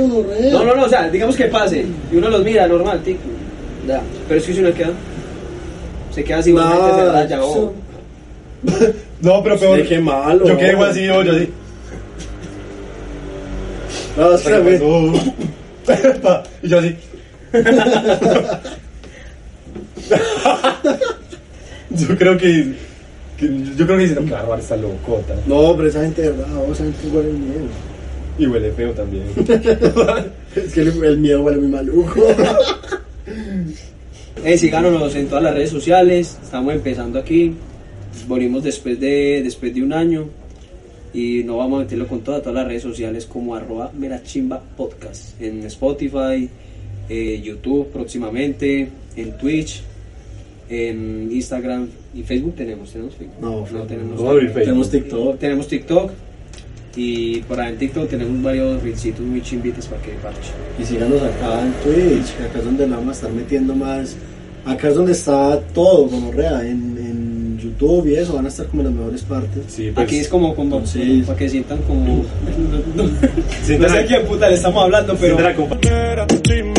Speaker 6: No, no, no, o sea, digamos que pase. Y uno los mira, normal, tic. da. Pero es que si uno queda. Se queda así, una gente se raya, oh. o.
Speaker 5: No, pero peor.
Speaker 4: Sí, qué malo,
Speaker 5: Yo quedé
Speaker 4: hombre.
Speaker 5: así, yo, yo así.
Speaker 4: No, es que a ver,
Speaker 5: Epa, y yo así. yo creo que, que- Yo creo que hicieron que barbar esta locota.
Speaker 4: No, hombre, esa gente de verdad, vos, esa gente huele el miedo.
Speaker 5: Y huele feo también.
Speaker 4: Es que el, el miedo huele muy maluco.
Speaker 6: Eh, síganos en todas las redes sociales. Estamos empezando aquí. Volvimos después de, después de un año. Y no vamos a meterlo con todas, todas las redes sociales como arroba merachimba podcast. En Spotify, eh, YouTube próximamente, en Twitch, en Instagram y Facebook tenemos. Tenemos Facebook.
Speaker 4: No,
Speaker 6: no tenemos.
Speaker 5: no abrir Facebook.
Speaker 6: Tenemos TikTok. Tenemos TikTok. Y por ahí en TikTok tenemos varios reelsitos muy chimbites para que parche.
Speaker 4: Y síganos acá en Twitch, que acá es donde la vamos a estar metiendo más. Acá es donde está todo, como rea, en, en YouTube y eso, van a estar como en las mejores partes.
Speaker 5: Sí, pues.
Speaker 6: Aquí es como, como
Speaker 4: Sí.
Speaker 6: para que sientan como...
Speaker 5: sientan-
Speaker 7: puta le estamos hablando,
Speaker 5: sientan la compa-
Speaker 3: Get up, dream,